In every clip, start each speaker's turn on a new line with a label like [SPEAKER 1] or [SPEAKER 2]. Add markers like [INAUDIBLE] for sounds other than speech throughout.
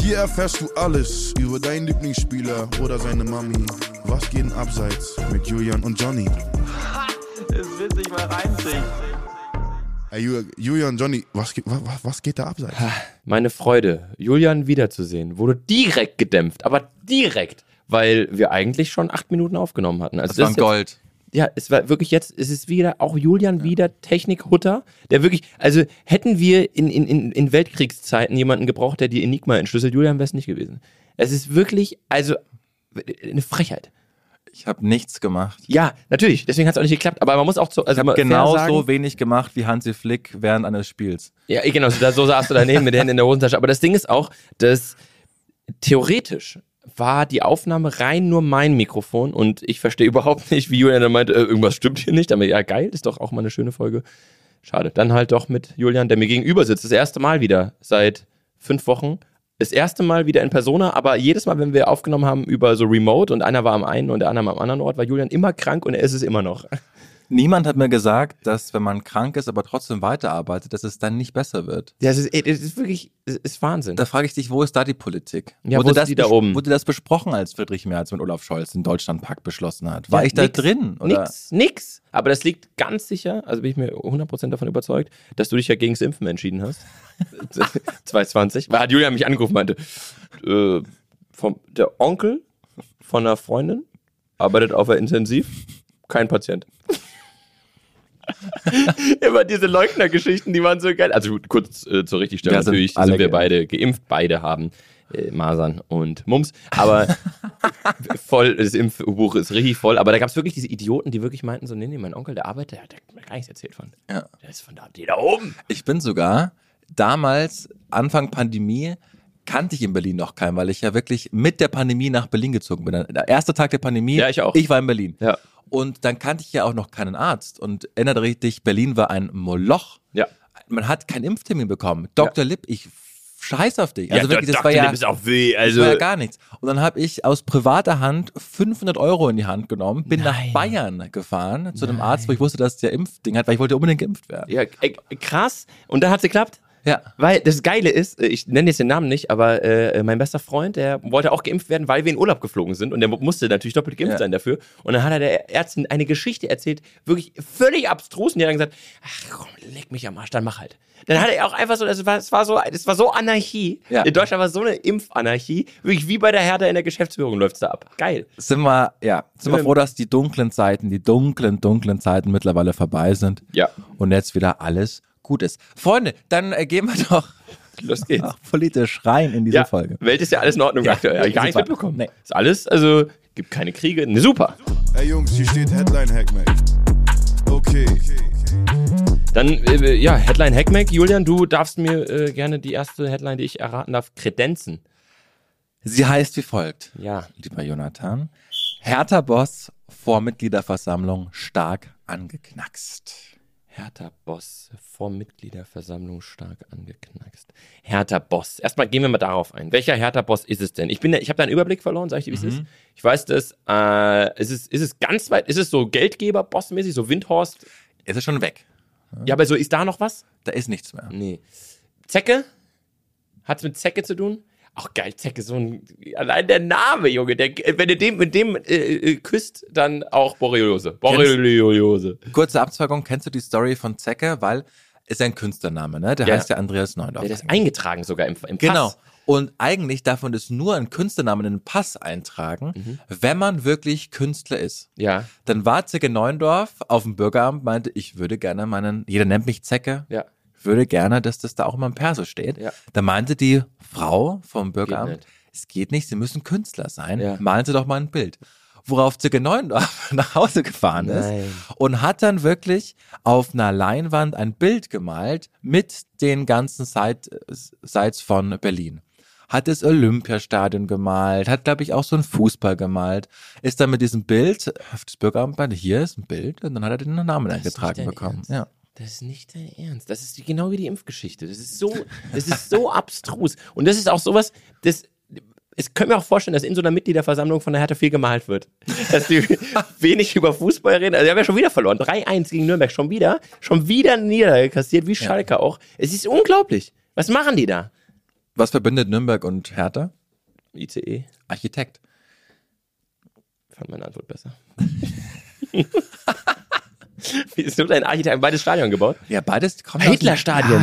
[SPEAKER 1] Hier erfährst du alles über deinen Lieblingsspieler oder seine Mami. Was geht denn abseits mit Julian und Johnny?
[SPEAKER 2] Ist witzig, mal reinziehen.
[SPEAKER 1] Ey, Ju- Julian, Johnny, was, ge- wa- wa- was geht da abseits?
[SPEAKER 3] Meine Freude, Julian wiederzusehen, wurde direkt gedämpft, aber direkt, weil wir eigentlich schon acht Minuten aufgenommen hatten. Also
[SPEAKER 4] Das war ein
[SPEAKER 3] ist jetzt-
[SPEAKER 4] Gold.
[SPEAKER 3] Ja, es war wirklich jetzt, es ist wieder, auch Julian wieder Technikhutter, der wirklich, also hätten wir in, in, in, in Weltkriegszeiten jemanden gebraucht, der die Enigma entschlüsselt, Julian wäre es nicht gewesen. Es ist wirklich, also eine Frechheit.
[SPEAKER 4] Ich habe nichts gemacht.
[SPEAKER 3] Ja, natürlich, deswegen hat es auch nicht geklappt, aber man muss auch zu, also mal fair
[SPEAKER 4] Genau
[SPEAKER 3] sagen,
[SPEAKER 4] so wenig gemacht wie Hansi Flick während eines Spiels.
[SPEAKER 3] Ja, genau, so, da- so saß du daneben mit den Händen in der Hosentasche. Aber das Ding ist auch, dass theoretisch war die Aufnahme rein nur mein Mikrofon und ich verstehe überhaupt nicht, wie Julian dann meinte, äh, irgendwas stimmt hier nicht. Aber ja, geil, ist doch auch mal eine schöne Folge. Schade. Dann halt doch mit Julian, der mir gegenüber sitzt. Das erste Mal wieder seit fünf Wochen. Das erste Mal wieder in Persona, aber jedes Mal, wenn wir aufgenommen haben über so Remote und einer war am einen und der andere am anderen Ort, war Julian immer krank und er ist es immer noch.
[SPEAKER 4] Niemand hat mir gesagt, dass wenn man krank ist, aber trotzdem weiterarbeitet, dass es dann nicht besser wird.
[SPEAKER 3] Das ist, ey, das ist wirklich, das ist Wahnsinn.
[SPEAKER 4] Da frage ich dich, wo ist da die Politik?
[SPEAKER 3] Ja, wo
[SPEAKER 4] wurde
[SPEAKER 3] ist
[SPEAKER 4] das
[SPEAKER 3] die da
[SPEAKER 4] bes-
[SPEAKER 3] oben?
[SPEAKER 4] Wurde das besprochen, als Friedrich Merz mit Olaf Scholz den Deutschlandpakt beschlossen hat? War
[SPEAKER 3] Ja,
[SPEAKER 4] ich da
[SPEAKER 3] nix,
[SPEAKER 4] drin? Oder?
[SPEAKER 3] Nix, nix. Aber das liegt ganz sicher, also bin ich mir 100% davon überzeugt, dass du dich ja gegens Impfen entschieden hast. [LAUGHS] 2020. Weil hat Julia mich angerufen meinte, äh, vom, der Onkel von einer Freundin arbeitet auf der Intensiv, kein Patient. [LAUGHS] Immer diese Leugnergeschichten, die waren so geil. Also gut, kurz äh, zur Richtigstellung.
[SPEAKER 4] Ja, sind
[SPEAKER 3] Natürlich
[SPEAKER 4] alle
[SPEAKER 3] sind wir
[SPEAKER 4] geimpft.
[SPEAKER 3] beide geimpft, beide haben äh, Masern und Mumps. Aber
[SPEAKER 4] [LAUGHS]
[SPEAKER 3] voll, das Impfbuch ist richtig voll, aber da gab es wirklich diese Idioten, die wirklich meinten, so, nee, nee, mein Onkel, der arbeitet, der hat mir gar nichts erzählt von.
[SPEAKER 4] Ja.
[SPEAKER 3] Der ist von da, die da oben.
[SPEAKER 4] Ich bin sogar damals, Anfang Pandemie, kannte ich in Berlin noch keinen, weil ich ja wirklich mit der Pandemie nach Berlin gezogen bin. Der erste Tag der Pandemie,
[SPEAKER 3] Ja, ich auch.
[SPEAKER 4] ich war in Berlin.
[SPEAKER 3] Ja.
[SPEAKER 4] Und dann kannte ich ja auch noch keinen Arzt. Und erinnert richtig, Berlin war ein Moloch.
[SPEAKER 3] Ja.
[SPEAKER 4] Man hat keinen Impftermin bekommen. Dr. Lipp, ich scheiß auf dich. Also wirklich, das
[SPEAKER 3] Dr.
[SPEAKER 4] war ja,
[SPEAKER 3] Lipp ist auch weh, also.
[SPEAKER 4] das war ja gar nichts. Und dann habe ich aus privater Hand 500 Euro in die Hand genommen, bin
[SPEAKER 3] Nein.
[SPEAKER 4] nach Bayern gefahren zu einem Arzt, wo ich wusste, dass der Impfding hat, weil ich wollte unbedingt geimpft werden.
[SPEAKER 3] ja, ey, krass. Und dann hat's geklappt.
[SPEAKER 4] Ja.
[SPEAKER 3] Weil das Geile ist, äh, ich nenne jetzt den Namen nicht, aber äh, mein bester Freund, der wollte auch geimpft werden, weil wir in Urlaub geflogen sind und der musste natürlich doppelt geimpft
[SPEAKER 4] Ja.
[SPEAKER 3] sein dafür. Und dann hat er der Ärztin eine Geschichte erzählt, wirklich völlig abstrus und die hat dann gesagt, ach komm, leck mich am Arsch, dann mach halt. Dann hat er auch einfach so, das war, es war so, das war so Anarchie.
[SPEAKER 4] Ja.
[SPEAKER 3] In Deutschland war so eine Impfanarchie, wirklich wie bei der Hertha in der Geschäftsführung läuft's da ab. Geil.
[SPEAKER 4] sind wir, ja, sind wir
[SPEAKER 3] Ähm.
[SPEAKER 4] froh, dass die dunklen Zeiten, die dunklen, dunklen Zeiten mittlerweile vorbei sind.
[SPEAKER 3] Ja.
[SPEAKER 4] Und jetzt wieder alles gut ist. Freunde, dann äh, gehen wir doch
[SPEAKER 3] Los [LAUGHS] geht's.
[SPEAKER 4] auch politisch rein in diese
[SPEAKER 3] ja,
[SPEAKER 4] Folge.
[SPEAKER 3] Welt ist ja alles in Ordnung
[SPEAKER 4] Ja,
[SPEAKER 3] aktuell. Hab ich gar nichts
[SPEAKER 4] super.
[SPEAKER 3] mitbekommen.
[SPEAKER 4] Nee.
[SPEAKER 3] Ist alles, also gibt keine Kriege. Ne, super.
[SPEAKER 1] Ey Jungs, hier steht Headline Hackmack. Okay.
[SPEAKER 3] Dann, äh, ja, Headline Hackmack. Julian, du darfst mir äh, gerne die erste Headline, die ich erraten darf, kredenzen.
[SPEAKER 4] Sie heißt wie folgt,
[SPEAKER 3] Ja.
[SPEAKER 4] lieber Jonathan. Hertha Boss vor Mitgliederversammlung stark angeknackst.
[SPEAKER 3] Hertha Boss vor Mitgliederversammlung stark angeknackst. Hertha Boss. Erstmal gehen wir mal darauf ein. Welcher Hertha Boss ist es denn? Ich bin, ja- ich habe da einen Überblick verloren, sag ich dir, wie es ist. Ich weiß, dass äh, es ist, ist es ganz weit, ist es so Geldgeber Bossmäßig, so Windhorst.
[SPEAKER 4] Ist er schon weg?
[SPEAKER 3] Ja, aber so ist da noch was?
[SPEAKER 4] Da ist nichts mehr.
[SPEAKER 3] Nee. Zecke? Hat's mit Zecke zu tun? Auch geil, Zecke, so ein. Allein der Name, Junge. Der, wenn du dem, mit dem äh, äh, küsst, dann auch Borreliose. Borreliose.
[SPEAKER 4] Kurze Abzweigung, kennst du die Story von Zecke? Weil ist ein Künstlername, ne? Der
[SPEAKER 3] Ja.
[SPEAKER 4] heißt ja Andreas Neundorf.
[SPEAKER 3] Der ist eingetragen sogar im, im Pass.
[SPEAKER 4] Genau. Und eigentlich darf man das nur einen Künstlernamen in den Pass eintragen,
[SPEAKER 3] Mhm.
[SPEAKER 4] wenn man wirklich Künstler ist.
[SPEAKER 3] Ja,
[SPEAKER 4] Dann war Zecke Neuendorf auf dem Bürgeramt, meinte, ich würde gerne meinen, jeder nennt mich Zecke,
[SPEAKER 3] ja.
[SPEAKER 4] ich würde gerne, dass das da auch immer im Perso steht.
[SPEAKER 3] Ja.
[SPEAKER 4] Da meinte die Frau vom Bürgeramt,
[SPEAKER 3] nicht.
[SPEAKER 4] es geht nicht, sie müssen Künstler sein,
[SPEAKER 3] Ja.
[SPEAKER 4] malen sie doch mal ein Bild. Worauf Zecke Neuendorf [LAUGHS] nach Hause gefahren
[SPEAKER 3] Nein.
[SPEAKER 4] ist und hat dann wirklich auf einer Leinwand ein Bild gemalt mit den ganzen Side- Sites von Berlin. Hat das Olympiastadion gemalt, hat, glaube ich, auch so einen Fußball gemalt, ist dann mit diesem Bild, das Bürgeramt meinte, hier ist ein Bild, und dann hat er den Namen
[SPEAKER 3] ist nicht
[SPEAKER 4] eingetragen
[SPEAKER 3] dein
[SPEAKER 4] bekommen.
[SPEAKER 3] Ernst.
[SPEAKER 4] Ja.
[SPEAKER 3] Das ist nicht dein Ernst. Das ist die- genau wie die Impfgeschichte. Das ist so, das ist so abstrus. Und das ist auch sowas, das. Es könnte mir auch vorstellen, dass in so einer Mitgliederversammlung von der Hertha viel gemalt wird. Dass die wenig über Fußball reden. Also, die haben ja schon wieder verloren. 3-1 gegen Nürnberg. Schon wieder, schon wieder niedergekassiert, wie Schalke auch. Es ist unglaublich. Was machen die da?
[SPEAKER 4] Was verbindet Nürnberg und Hertha?
[SPEAKER 3] ICE.
[SPEAKER 4] Architekt.
[SPEAKER 3] Ich E. fand meine Antwort besser. [LAUGHS] Wie ist nur ein Architekt? Haben Beide Stadion gebaut?
[SPEAKER 4] Ja, beides
[SPEAKER 3] aus dem- Ja,
[SPEAKER 4] kommt Ja, Hitlerstadion.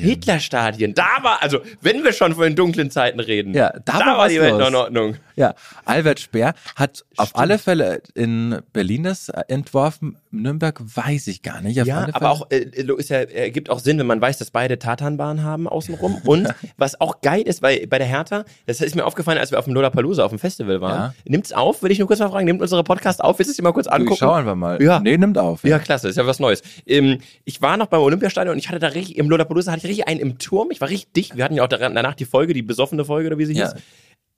[SPEAKER 3] Hitlerstadien. Da war, also, wenn wir schon von den dunklen Zeiten reden,
[SPEAKER 4] Ja, da war was
[SPEAKER 3] die Welt
[SPEAKER 4] los.
[SPEAKER 3] noch in Ordnung.
[SPEAKER 4] Ja, Albert Speer hat auf alle Fälle in Berlin das äh, entworfen. Nürnberg weiß ich gar nicht. Auf
[SPEAKER 3] Ja,
[SPEAKER 4] alle Fälle.
[SPEAKER 3] aber auch äh, ist ja, ergibt auch Sinn, wenn man weiß, dass beide Tatanbahnen haben außenrum. [LAUGHS] Und was auch geil ist, weil bei der Hertha, das ist mir aufgefallen, als wir auf dem Lollapalooza auf dem Festival waren,
[SPEAKER 4] Ja.
[SPEAKER 3] nimmt's auf, will ich nur kurz mal fragen, nimmt unsere Podcast auf, willst du es dir mal kurz angucken?
[SPEAKER 4] Schauen wir mal.
[SPEAKER 3] Ja.
[SPEAKER 4] Nee, nimmt auf.
[SPEAKER 3] Ja, klasse, ist ja was Neues. Ähm, ich war noch beim Olympiastadion und ich hatte da richtig, im Lollapalooza hatte ich richtig einen im Turm, ich war richtig dicht, wir hatten ja auch daran- danach die Folge, die besoffene Folge oder wie sie hieß. Äh,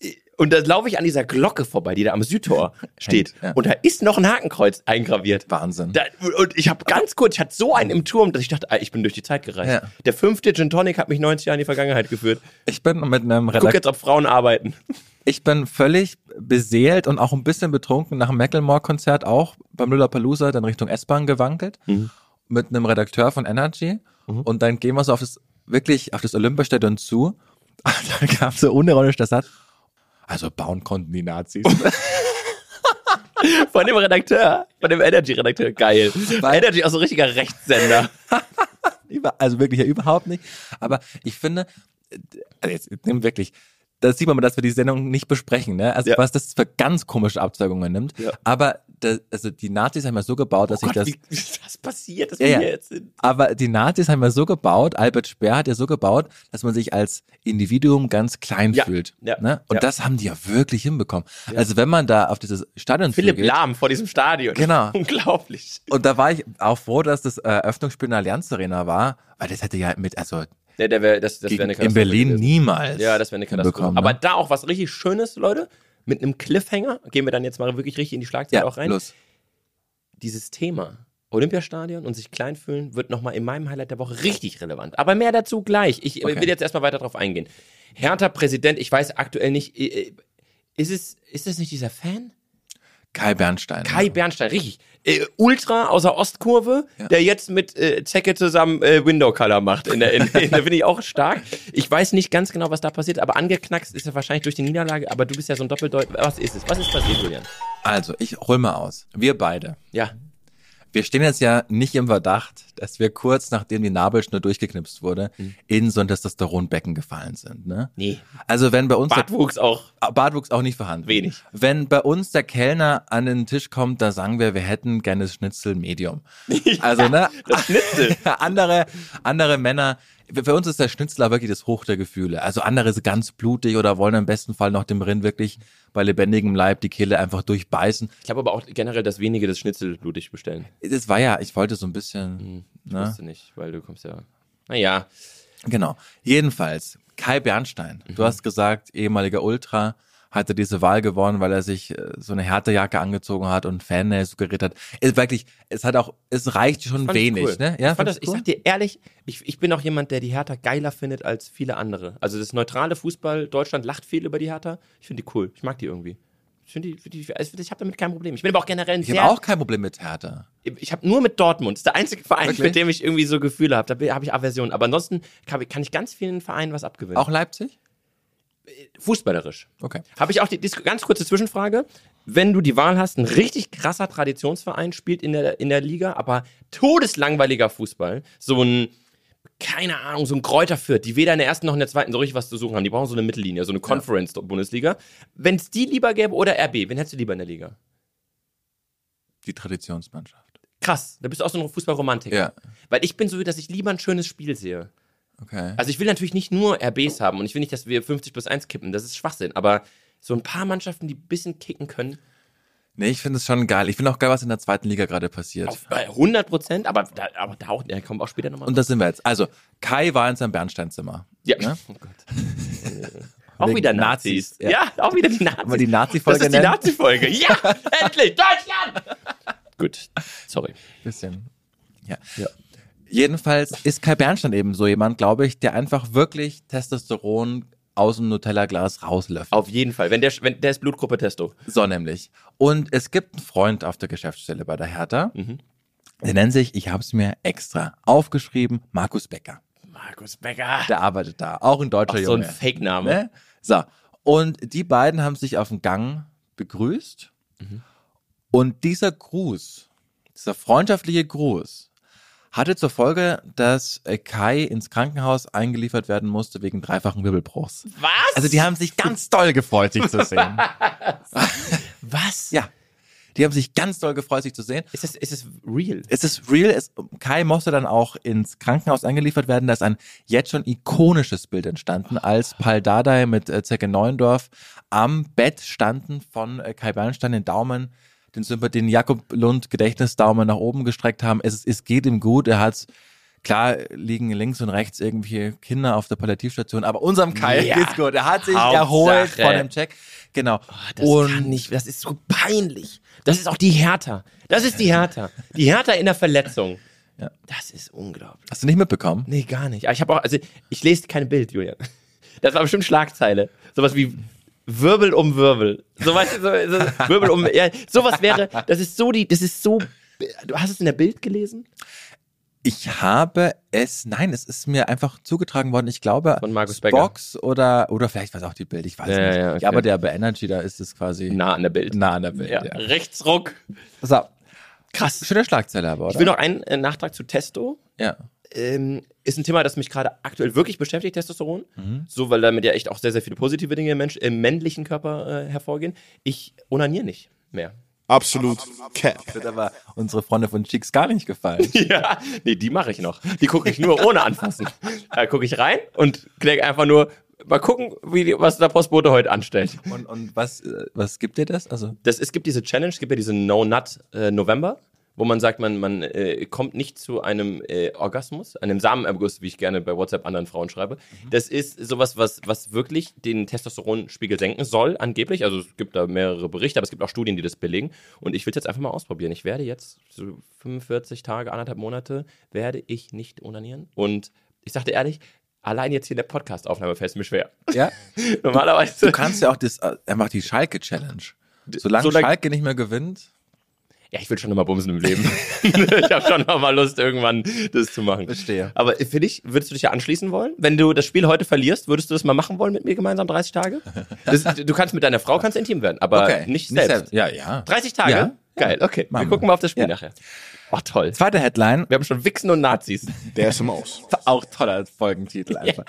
[SPEAKER 4] Ja.
[SPEAKER 3] Und da laufe ich an dieser Glocke vorbei, die da am Südtor steht.
[SPEAKER 4] [LAUGHS] Hängt, ja.
[SPEAKER 3] Und da ist noch ein Hakenkreuz eingraviert.
[SPEAKER 4] Wahnsinn.
[SPEAKER 3] Da, und ich habe ganz kurz, ich hatte so einen im Turm, dass ich dachte, ah, ich bin durch die Zeit gereist.
[SPEAKER 4] Ja.
[SPEAKER 3] Der fünfte Gin Tonic hat mich 90 Jahre in die Vergangenheit geführt.
[SPEAKER 4] Ich bin mit einem
[SPEAKER 3] Guck
[SPEAKER 4] Redakteur.
[SPEAKER 3] jetzt, ob Frauen arbeiten. [LAUGHS]
[SPEAKER 4] Ich bin völlig beseelt und auch ein bisschen betrunken nach dem Macklemore-Konzert auch beim Lollapalooza dann Richtung S-Bahn gewankelt
[SPEAKER 3] Mhm.
[SPEAKER 4] mit einem Redakteur von Energy und dann gehen wir so auf das wirklich auf das Olympiastadion zu. [LAUGHS] Und dann kam so unironisch der Satz. Also bauen konnten
[SPEAKER 3] [LAUGHS]
[SPEAKER 4] die Nazis.
[SPEAKER 3] Von dem Redakteur, von dem Energy-Redakteur, geil. Energy auch so ein richtiger Rechtssender.
[SPEAKER 4] Über, also wirklich ja überhaupt nicht. Aber ich finde, äh, also jetzt, jetzt nimm wirklich, das sieht man mal, dass wir die Sendung nicht besprechen, ne? Also
[SPEAKER 3] Ja.
[SPEAKER 4] was das für ganz komische Abzweigungen nimmt.
[SPEAKER 3] Ja. Oh
[SPEAKER 4] Aber das, also die Nazis haben ja so gebaut, dass ich das.
[SPEAKER 3] wie ist das passiert, dass
[SPEAKER 4] Ja,
[SPEAKER 3] wir
[SPEAKER 4] ja.
[SPEAKER 3] hier jetzt sind?
[SPEAKER 4] Aber die Nazis haben ja so gebaut, Albert Speer hat ja so gebaut, dass man sich als Individuum ganz klein
[SPEAKER 3] Ja,
[SPEAKER 4] fühlt.
[SPEAKER 3] ja,
[SPEAKER 4] ne? Und
[SPEAKER 3] ja.
[SPEAKER 4] das haben die ja wirklich hinbekommen. Also wenn man da auf dieses Stadion
[SPEAKER 3] Philipp
[SPEAKER 4] zugeht-
[SPEAKER 3] Lahm vor diesem Stadion.
[SPEAKER 4] Genau.
[SPEAKER 3] [LAUGHS] Unglaublich.
[SPEAKER 4] und da war ich auch froh, dass das äh, Eröffnungsspiel in der Allianz Arena war, weil das hätte ja mit, also
[SPEAKER 3] Ja, der wär, das, das wär
[SPEAKER 4] gegen,
[SPEAKER 3] eine
[SPEAKER 4] in
[SPEAKER 3] Katastrophe
[SPEAKER 4] Berlin
[SPEAKER 3] gewesen.
[SPEAKER 4] niemals.
[SPEAKER 3] Ja, das wäre eine Katastrophe.
[SPEAKER 4] hinbekommen, ne?
[SPEAKER 3] Aber da auch was richtig Schönes, Leute. Mit einem Cliffhanger gehen wir dann jetzt mal wirklich richtig in die Schlagzeile
[SPEAKER 4] ja,
[SPEAKER 3] auch rein.
[SPEAKER 4] los.
[SPEAKER 3] dieses Thema Olympiastadion und sich klein fühlen wird nochmal in meinem Highlight der Woche richtig relevant. Aber mehr dazu gleich. Ich äh,
[SPEAKER 4] Okay.
[SPEAKER 3] will jetzt erstmal weiter drauf eingehen. Hertha Präsident, ich weiß aktuell nicht, äh, äh, ist es, ist es nicht dieser Fan?
[SPEAKER 4] Kai Bernstein.
[SPEAKER 3] Kai Bernstein, richtig. Äh, Ultra aus der Ostkurve,
[SPEAKER 4] Ja.
[SPEAKER 3] der jetzt mit äh, Zecke zusammen äh, Window Color macht. In der, in, [LAUGHS] in, da finde ich auch stark. Ich weiß nicht ganz genau, was da passiert, aber angeknackst ist er wahrscheinlich durch die Niederlage, aber du bist ja so ein Doppeldeut. Was ist es? Was ist passiert, Julian?
[SPEAKER 4] Also, ich hol mal aus. Wir beide.
[SPEAKER 3] Ja.
[SPEAKER 4] Wir stehen jetzt ja nicht im Verdacht, dass wir kurz nachdem die Nabelschnur durchgeknipst wurde, in so ein Testosteronbecken gefallen sind. Ne?
[SPEAKER 3] Mhm. Nee.
[SPEAKER 4] Also wenn bei uns
[SPEAKER 3] Bartwuchs auch.
[SPEAKER 4] der Ah, Bartwuchs auch nicht vorhanden.
[SPEAKER 3] Wenig.
[SPEAKER 4] Wenn bei uns der Kellner an den Tisch kommt, da sagen wir, wir hätten gerne das
[SPEAKER 3] [LAUGHS]
[SPEAKER 4] Schnitzel Medium. Also ne,
[SPEAKER 3] Das
[SPEAKER 4] [LAUGHS]
[SPEAKER 3] Schnitzel.
[SPEAKER 4] andere, andere Männer, für für uns ist der Schnitzler wirklich das Hoch der Gefühle. Also andere sind ganz blutig oder wollen im besten Fall noch dem Rind wirklich bei lebendigem Leib die Kehle einfach durchbeißen.
[SPEAKER 3] Ich glaube aber auch generell, dass wenige das Schnitzel blutig bestellen.
[SPEAKER 4] Das war ja, ich wollte so ein bisschen,
[SPEAKER 3] Ich
[SPEAKER 4] ne?
[SPEAKER 3] wusste nicht, weil du kommst ja. Naja,
[SPEAKER 4] Genau. Jedenfalls, Kai Bernstein,
[SPEAKER 3] Mhm.
[SPEAKER 4] du hast gesagt, ehemaliger Ultra, hatte diese Wahl gewonnen, weil er sich äh, so eine Härtejacke angezogen hat und Fan suggeriert hat. Ist wirklich, es hat auch, es reicht schon
[SPEAKER 3] fand
[SPEAKER 4] wenig,
[SPEAKER 3] ich cool.
[SPEAKER 4] ne? Ja,
[SPEAKER 3] ich, fand das,
[SPEAKER 4] fandest
[SPEAKER 3] ich
[SPEAKER 4] du
[SPEAKER 3] sag dir ehrlich, ich, ich bin auch jemand, der die Hertha geiler findet als viele andere. Also das neutrale Fußball, Deutschland lacht viel über die Hertha. Ich finde die cool. Ich mag die irgendwie. Ich, finde die, finde die, also ich habe damit kein Problem. Ich bin aber auch generell ein
[SPEAKER 4] ich
[SPEAKER 3] sehr.
[SPEAKER 4] habe auch kein Problem mit Härte.
[SPEAKER 3] ich habe nur mit Dortmund. Das ist der einzige Verein,
[SPEAKER 4] Okay.
[SPEAKER 3] mit dem ich irgendwie so Gefühle habe. Da bin- habe ich Aversion. Aber ansonsten kann, kann ich ganz vielen Vereinen was abgewinnen.
[SPEAKER 4] Auch Leipzig?
[SPEAKER 3] fußballerisch.
[SPEAKER 4] Okay.
[SPEAKER 3] Habe ich auch die, dis- ganz kurze Zwischenfrage. Wenn du die Wahl hast, ein richtig krasser Traditionsverein spielt in der, in der Liga, aber todeslangweiliger Fußball, so ein, keine Ahnung, so ein Kräuter führt, die weder in der ersten noch in der zweiten so richtig was zu suchen haben. Die brauchen so eine Mittellinie, so eine Conference-Bundesliga. Wenn es die lieber gäbe oder RB, wen hättest du lieber in der Liga?
[SPEAKER 4] Die Traditionsmannschaft.
[SPEAKER 3] Krass, da bist du auch so ein Fußballromantiker.
[SPEAKER 4] Ja.
[SPEAKER 3] Weil ich bin so, dass ich lieber ein schönes Spiel sehe.
[SPEAKER 4] Okay.
[SPEAKER 3] Also ich will natürlich nicht nur RBs haben und ich will nicht, dass wir 50 plus 1 kippen, das ist Schwachsinn, aber so ein paar Mannschaften, die ein bisschen kicken können,
[SPEAKER 4] Nee, ich finde es schon geil. Ich finde auch geil, was in der zweiten Liga gerade passiert.
[SPEAKER 3] Auf bei 100 Prozent, aber da, aber da auch, ja, kommt auch später nochmal.
[SPEAKER 4] und da sind wir jetzt. Also, Kai war in seinem Bernsteinzimmer.
[SPEAKER 3] ja.
[SPEAKER 4] Ne?
[SPEAKER 3] Oh Gott. auch
[SPEAKER 4] Wegen
[SPEAKER 3] wieder Nazis.
[SPEAKER 4] Nazis, ja.
[SPEAKER 3] Ja. auch
[SPEAKER 4] [LAUGHS]
[SPEAKER 3] wieder die Nazis.
[SPEAKER 4] Wollen wir die Nazi-Folge
[SPEAKER 3] Das ist die
[SPEAKER 4] nennen?
[SPEAKER 3] Nazi-Folge.
[SPEAKER 4] [LAUGHS]
[SPEAKER 3] Ja, endlich, Deutschland! Gut, sorry.
[SPEAKER 4] Bisschen. Ja. Jedenfalls ist Kai Bernstein eben so jemand, glaube ich, der einfach wirklich Testosteron aus dem Nutella-Glas rauslöffelt.
[SPEAKER 3] Auf jeden Fall, wenn der, wenn der ist Blutgruppe Testo.
[SPEAKER 4] So nämlich. Und es gibt einen Freund auf der Geschäftsstelle bei der
[SPEAKER 3] Mhm.
[SPEAKER 4] Hertha. Der nennt sich, ich habe es mir extra aufgeschrieben, Markus Becker.
[SPEAKER 3] Markus Becker.
[SPEAKER 4] Der arbeitet da. Auch ein deutscher
[SPEAKER 3] Ach, so ein
[SPEAKER 4] Junge.
[SPEAKER 3] Fake-Name.
[SPEAKER 4] ne? So. Und die beiden haben sich auf dem Gang begrüßt. Und dieser Gruß, dieser freundschaftliche Gruß, hatte zur Folge, dass äh, Kai ins Krankenhaus eingeliefert werden musste wegen dreifachen Wirbelbruchs.
[SPEAKER 3] Was?
[SPEAKER 4] Also die haben sich ganz doll gefreut, sich zu sehen.
[SPEAKER 3] Was?
[SPEAKER 4] Ja. Die haben sich ganz doll gefreut, sich zu sehen.
[SPEAKER 3] Ist das, ist das real?
[SPEAKER 4] Es ist real. Es, Kai musste dann auch ins Krankenhaus eingeliefert werden. Da ist ein jetzt schon ikonisches Bild entstanden, als Paul Dardai mit äh, Zecke Neuendorf am Bett standen von äh, Kai Bernstein, den Daumen, den, Sympa- den Jakob Lund Gedächtnisdaumen nach oben gestreckt haben. Es, es geht ihm gut. Er hat's Klar liegen links und rechts irgendwelche Kinder auf der Palliativstation, aber unserem Kai
[SPEAKER 3] Ja.
[SPEAKER 4] geht's gut. Er hat sich
[SPEAKER 3] Hauptsache. Oh,
[SPEAKER 4] erholt von dem Check. Genau.
[SPEAKER 3] Das
[SPEAKER 4] und
[SPEAKER 3] kann nicht, das ist so peinlich. Das ist auch die Hertha. Das ist die Hertha. Die Hertha in der Verletzung.
[SPEAKER 4] Ja.
[SPEAKER 3] Das ist unglaublich.
[SPEAKER 4] hast du nicht mitbekommen?
[SPEAKER 3] Nee, gar nicht. Aber ich habe auch, also ich lese kein Bild, Julian. [LAUGHS] Das war bestimmt Schlagzeile. Sowas wie Wirbel um Wirbel. So weißt du, so, so, Wirbel um ja, sowas wäre, das ist so die, das ist so. Du hast es in der Bild gelesen?
[SPEAKER 4] Ich habe es, nein, es ist mir einfach zugetragen worden. Ich glaube,
[SPEAKER 3] Von Markus
[SPEAKER 4] Box oder, oder vielleicht war es auch die Bild, ich weiß
[SPEAKER 3] Ja,
[SPEAKER 4] nicht.
[SPEAKER 3] ja, okay.
[SPEAKER 4] ja, aber der bei Energy, da ist es quasi
[SPEAKER 3] Nah an der Bild.
[SPEAKER 4] nah an der Bild.
[SPEAKER 3] ja.
[SPEAKER 4] Ja.
[SPEAKER 3] Rechtsruck.
[SPEAKER 4] So,
[SPEAKER 3] Krass.
[SPEAKER 4] schöne Schlagzeile aber, oder?
[SPEAKER 3] Ich will noch einen äh, Nachtrag zu Testo.
[SPEAKER 4] ja.
[SPEAKER 3] ähm, ist ein Thema, das mich gerade aktuell wirklich beschäftigt, Testosteron. So, weil damit ja echt auch sehr, sehr viele positive Dinge im, Mensch, im männlichen Körper äh, hervorgehen. Ich onaniere nicht mehr.
[SPEAKER 1] Absolut Cap.
[SPEAKER 4] Wird aber unsere Freunde von Cheeks gar nicht [LAUGHS] gefallen.
[SPEAKER 3] [LAUGHS] Ja, nee, die mache ich noch. Die gucke ich nur ohne anfassen. Da gucke ich rein und klicke einfach nur, mal gucken, wie die, was der Postbote heute anstellt.
[SPEAKER 4] und, und was, äh, was gibt dir das? Also,
[SPEAKER 3] Das, es gibt diese Challenge, es gibt ja diese No-Nut äh, November, wo man sagt, man, man äh, kommt nicht zu einem äh, Orgasmus, einem Samenerguss, wie ich gerne bei WhatsApp anderen Frauen schreibe.
[SPEAKER 4] Mhm.
[SPEAKER 3] Das ist sowas, was, was wirklich den Testosteronspiegel senken soll, angeblich. Also es gibt da mehrere Berichte, aber es gibt auch Studien, die das belegen. Und ich will es jetzt einfach mal ausprobieren. Ich werde jetzt so 45 Tage, anderthalb Monate, werde ich nicht onanieren. Und ich sagte ehrlich, allein jetzt hier in der Podcast-Aufnahme fällt es mir schwer. [LAUGHS]
[SPEAKER 4] [LAUGHS] ja,
[SPEAKER 3] Normalerweise.
[SPEAKER 4] du kannst ja auch das, äh, er macht die Schalke-Challenge. Solange
[SPEAKER 3] solange-
[SPEAKER 4] Schalke nicht mehr gewinnt,
[SPEAKER 3] Ja, ich will schon nochmal bumsen im Leben. [LAUGHS] ich habe schon nochmal Lust, irgendwann das zu machen.
[SPEAKER 4] Verstehe.
[SPEAKER 3] Aber für dich, würdest du dich ja anschließen wollen? Wenn du das Spiel heute verlierst, würdest du das mal machen wollen mit mir gemeinsam 30 Tage? Das, du kannst mit deiner Frau kannst intim werden, aber nicht selbst.
[SPEAKER 4] Ja, ja.
[SPEAKER 3] 30 Tage?
[SPEAKER 4] Ja.
[SPEAKER 3] Geil, okay. Wir
[SPEAKER 4] Machen wir.
[SPEAKER 3] gucken mal auf das Spiel
[SPEAKER 4] Ja.
[SPEAKER 3] nachher. Oh, toll.
[SPEAKER 4] Zweite Headline,
[SPEAKER 3] Wir haben schon Wichsen und Nazis.
[SPEAKER 1] Der ist im Aus.
[SPEAKER 4] Auch toller
[SPEAKER 3] [LAUGHS]
[SPEAKER 4] Folgentitel einfach.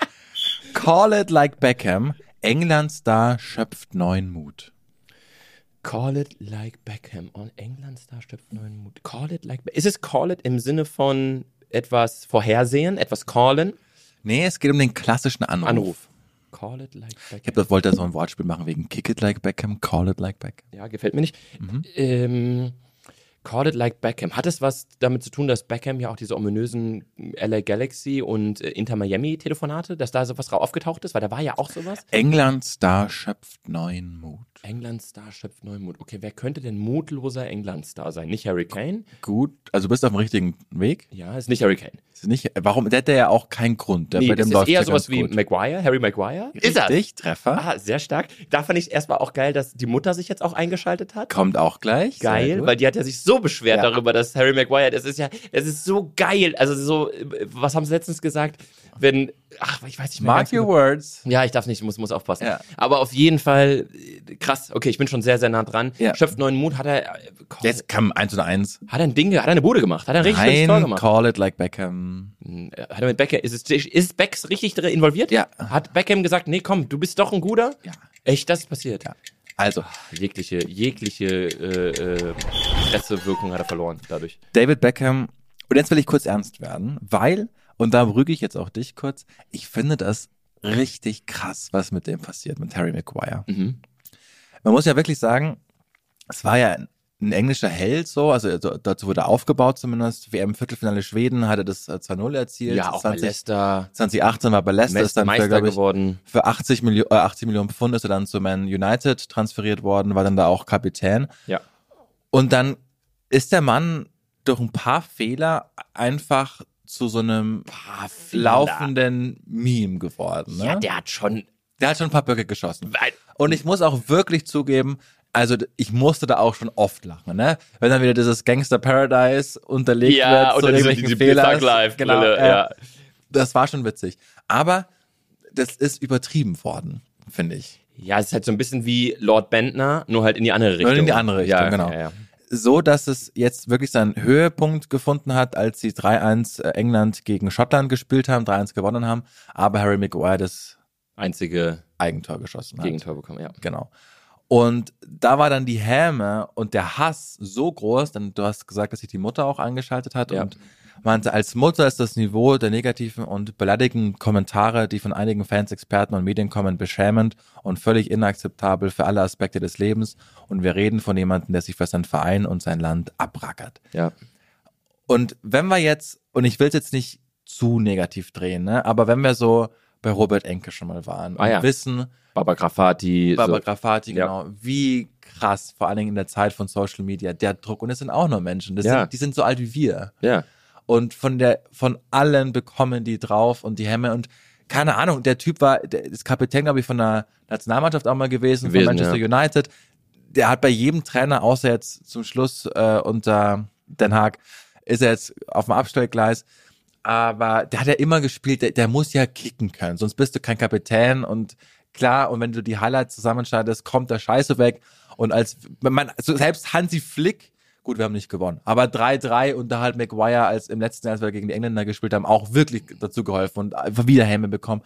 [SPEAKER 4] Call it like Beckham. England-Star schöpft neuen Mut.
[SPEAKER 3] Call it like Beckham. On England Star schöpft neuen Mut. Call it like Beckham. Ist es Call it im Sinne von etwas vorhersehen, etwas callen?
[SPEAKER 4] Nee, es geht um den klassischen Anruf.
[SPEAKER 3] Anruf. Call it like Beckham.
[SPEAKER 4] Ich hab, das wollte da so ein Wortspiel machen wegen Kick it like Beckham, Call it like Beckham.
[SPEAKER 3] Ja, gefällt mir nicht.
[SPEAKER 4] Mhm.
[SPEAKER 3] Ähm, Call it like Beckham. Hat es was damit zu tun, dass Beckham ja auch diese ominösen LA Galaxy und äh, Inter Miami Telefonate, dass da sowas drauf aufgetaucht ist? Weil da war ja auch sowas.
[SPEAKER 4] England-Star schöpft neuen Mut.
[SPEAKER 3] England Star schöpft neuen Mut. Okay, wer könnte denn mutloser England Star sein? Nicht Harry Kane?
[SPEAKER 4] Gut, also du bist auf dem richtigen Weg.
[SPEAKER 3] Ja, ist nicht Harry Kane.
[SPEAKER 4] Ist nicht, warum? Der hat ja auch keinen Grund. Der
[SPEAKER 3] Nee,
[SPEAKER 4] bei
[SPEAKER 3] das
[SPEAKER 4] dem
[SPEAKER 3] ist
[SPEAKER 4] läuft
[SPEAKER 3] eher
[SPEAKER 4] ja
[SPEAKER 3] sowas
[SPEAKER 4] ganz
[SPEAKER 3] wie
[SPEAKER 4] gut.
[SPEAKER 3] Maguire, Harry Maguire. Ist
[SPEAKER 4] Richtig,
[SPEAKER 3] er?
[SPEAKER 4] Treffer.
[SPEAKER 3] Ah, sehr stark. Da fand ich erstmal auch geil, dass die Mutter sich jetzt auch eingeschaltet hat.
[SPEAKER 4] Kommt auch gleich. Sehr
[SPEAKER 3] geil,
[SPEAKER 4] gut.
[SPEAKER 3] weil die hat ja sich so beschwert
[SPEAKER 4] Ja.
[SPEAKER 3] darüber, dass Harry Maguire, das ist ja, das ist so geil. Also so, äh, was haben sie letztens gesagt? Wenn, ach, ich weiß nicht mehr.
[SPEAKER 4] Mark
[SPEAKER 3] ganz
[SPEAKER 4] your
[SPEAKER 3] genau.
[SPEAKER 4] words.
[SPEAKER 3] Ja, ich darf nicht, muss, muss aufpassen.
[SPEAKER 4] Ja.
[SPEAKER 3] Aber auf jeden Fall, äh, krass, okay, ich bin schon sehr, sehr nah dran.
[SPEAKER 4] Ja.
[SPEAKER 3] Schöpft neuen Mut, hat er, äh, komm,
[SPEAKER 4] Jetzt kam eins und eins.
[SPEAKER 3] hat er ein Ding, ge- hat er eine Bude gemacht, hat er ein richtig schönes Tor
[SPEAKER 4] Nein,
[SPEAKER 3] gemacht.
[SPEAKER 4] Call it like Beckham.
[SPEAKER 3] Äh, Hat er mit Beckham, ist, es, ist Becks richtig drin involviert?
[SPEAKER 4] Ja.
[SPEAKER 3] Hat Beckham gesagt, nee, komm, du bist doch ein Guter?
[SPEAKER 4] Ja.
[SPEAKER 3] Echt, das ist passiert? Ja.
[SPEAKER 4] Also,
[SPEAKER 3] Jegliche, jegliche äh, äh, Pressewirkung hat er verloren dadurch.
[SPEAKER 4] David Beckham, und jetzt will ich kurz ernst werden, weil, und da rüge ich jetzt auch dich kurz, ich finde das richtig krass, was mit dem passiert, mit Harry Maguire.
[SPEAKER 3] Mhm.
[SPEAKER 4] Man muss ja wirklich sagen, es war ja ein, ein englischer Held so, also äh, so- dazu wurde er aufgebaut zumindest. WM-Viertelfinale Schweden hatte das äh, 2-0 erzielt.
[SPEAKER 3] Ja, auch bei
[SPEAKER 4] 20
[SPEAKER 3] Leicester.
[SPEAKER 4] 2018 war bei Leicester, ist
[SPEAKER 3] Meister,
[SPEAKER 4] dann für,
[SPEAKER 3] Meister
[SPEAKER 4] glaub ich,
[SPEAKER 3] geworden.
[SPEAKER 4] für 80, Millio äh, 80 Millionen Pfund ist er dann zu Man United transferiert worden, war dann da auch Kapitän.
[SPEAKER 3] Ja.
[SPEAKER 4] Und dann ist der Mann durch ein paar Fehler einfach zu so einem laufenden Meme geworden. Ne?
[SPEAKER 3] Ja, der hat schon.
[SPEAKER 4] Der hat schon ein paar Böcke geschossen. Und ich muss auch wirklich zugeben, also d- ich musste da auch schon oft lachen, ne? Wenn dann wieder dieses Gangster Paradise unterlegt
[SPEAKER 3] Ja,
[SPEAKER 4] wird
[SPEAKER 3] und dann diese-
[SPEAKER 4] irgendwelchen
[SPEAKER 3] diese Thug Life-Brille,
[SPEAKER 4] Genau, äh,
[SPEAKER 3] ja.
[SPEAKER 4] Das war schon witzig. Aber das ist übertrieben worden, finde ich.
[SPEAKER 3] Ja, es ist halt so ein bisschen wie Lord Bentner, nur halt in die andere Richtung.
[SPEAKER 4] in die andere Richtung,
[SPEAKER 3] ja,
[SPEAKER 4] genau.
[SPEAKER 3] Ja, ja.
[SPEAKER 4] so, dass es jetzt wirklich seinen Höhepunkt gefunden hat, als sie 3-1 England gegen Schottland gespielt haben, 3-1 gewonnen haben, aber Harry Maguire das
[SPEAKER 3] Einzige
[SPEAKER 4] Eigentor geschossen hat.
[SPEAKER 3] Gegentor bekommen, ja.
[SPEAKER 4] Genau. Und da war dann die Häme und der Hass so groß, denn du hast gesagt, dass sich die Mutter auch eingeschaltet hat
[SPEAKER 3] Ja.
[SPEAKER 4] und meinte, als Mutter ist das Niveau der negativen und beleidigenden Kommentare, die von einigen Fans, Experten und Medien kommen, beschämend und völlig inakzeptabel für alle Aspekte des Lebens. Und wir reden von jemandem, der sich für seinen Verein und sein Land abrackert.
[SPEAKER 3] ja.
[SPEAKER 4] Und wenn wir jetzt, und ich will es jetzt nicht zu negativ drehen, ne, aber wenn wir so bei Robert Enke schon mal waren
[SPEAKER 3] Ah, ja.
[SPEAKER 4] und wissen,
[SPEAKER 3] Baba Grafati.
[SPEAKER 4] Barbara
[SPEAKER 3] so.
[SPEAKER 4] Grafati,
[SPEAKER 3] Ja.
[SPEAKER 4] genau. Wie krass, vor allen Dingen in der Zeit von Social Media, der Druck. Und es sind auch nur Menschen. Das
[SPEAKER 3] Ja.
[SPEAKER 4] sind, die sind so alt wie wir.
[SPEAKER 3] Ja.
[SPEAKER 4] Und von der, von allen bekommen die drauf und die Hemme und keine Ahnung, der Typ war, der ist Kapitän, glaube ich, von der Nationalmannschaft auch mal gewesen,
[SPEAKER 3] Gewesen,
[SPEAKER 4] von Manchester
[SPEAKER 3] ja.
[SPEAKER 4] United. Der hat bei jedem Trainer, außer jetzt zum Schluss äh, unter Den Haag, ist er jetzt auf dem Abstellgleis. Aber der hat ja immer gespielt, der, der muss ja kicken können, sonst bist du kein Kapitän und klar, und wenn du die Highlights zusammenschneidest, kommt der Scheiße weg. Und als wenn man, also selbst Hansi Flick, gut, wir haben nicht gewonnen, aber 3-3 und da halt McGuire als im letzten Jahr, als wir gegen die Engländer gespielt haben, auch wirklich dazu geholfen und einfach wieder Helme bekommen.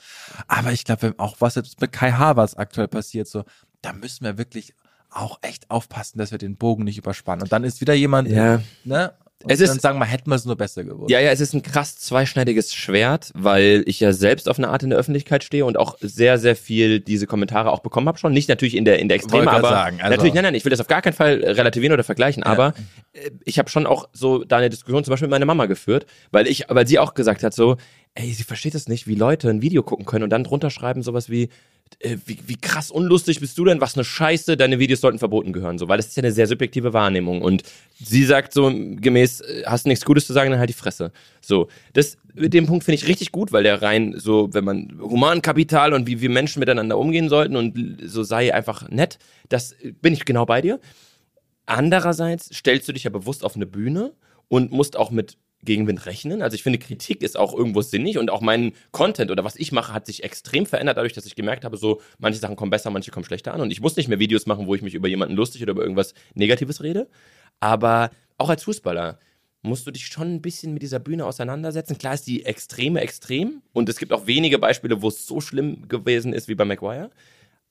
[SPEAKER 4] Aber ich glaube, wenn auch was jetzt mit Kai Havertz aktuell passiert, so, da müssen wir wirklich auch echt aufpassen, dass wir den Bogen nicht überspannen. Und dann ist wieder jemand,
[SPEAKER 3] Ja.
[SPEAKER 4] ne? Und
[SPEAKER 3] Es
[SPEAKER 4] dann
[SPEAKER 3] ist-
[SPEAKER 4] sagen wir, hätten wir es nur besser gewusst.
[SPEAKER 3] Ja, ja, es ist ein krass zweischneidiges Schwert, weil ich ja selbst auf eine Art in der Öffentlichkeit stehe und auch sehr, sehr viel diese Kommentare auch bekommen habe schon. Nicht natürlich in der, in der Extreme,
[SPEAKER 4] Wollte grad
[SPEAKER 3] aber
[SPEAKER 4] sagen, also-
[SPEAKER 3] natürlich, nein, nein, ich will das auf gar keinen Fall relativieren oder vergleichen, aber äh, ich habe schon auch so da eine Diskussion zum Beispiel mit meiner Mama geführt, weil ich, weil sie auch gesagt hat so, ey, sie versteht es nicht, wie Leute ein Video gucken können und dann drunter schreiben sowas wie, äh, wie, wie krass unlustig bist du denn? Was eine Scheiße, deine Videos sollten verboten gehören, so, weil das ist ja eine sehr subjektive Wahrnehmung. Und sie sagt so gemäß, äh, hast nichts Gutes zu sagen, dann halt die Fresse. So, das, mit dem Punkt finde ich richtig gut, weil der rein so, wenn man Humankapital und wie wir Menschen miteinander umgehen sollten und so sei einfach nett, das äh, bin ich genau bei dir. Andererseits stellst du dich ja bewusst auf eine Bühne und musst auch mit Gegenwind rechnen. Also ich finde, Kritik ist auch irgendwo sinnig und auch mein Content oder was ich mache, hat sich extrem verändert, dadurch, dass ich gemerkt habe, so manche Sachen kommen besser, manche kommen schlechter an. Und ich muss nicht mehr Videos machen, wo ich mich über jemanden lustig oder über irgendwas Negatives rede. Aber auch als Fußballer musst du dich schon ein bisschen mit dieser Bühne auseinandersetzen. Klar ist die Extreme extrem und es gibt auch wenige Beispiele, wo es so schlimm gewesen ist wie bei Maguire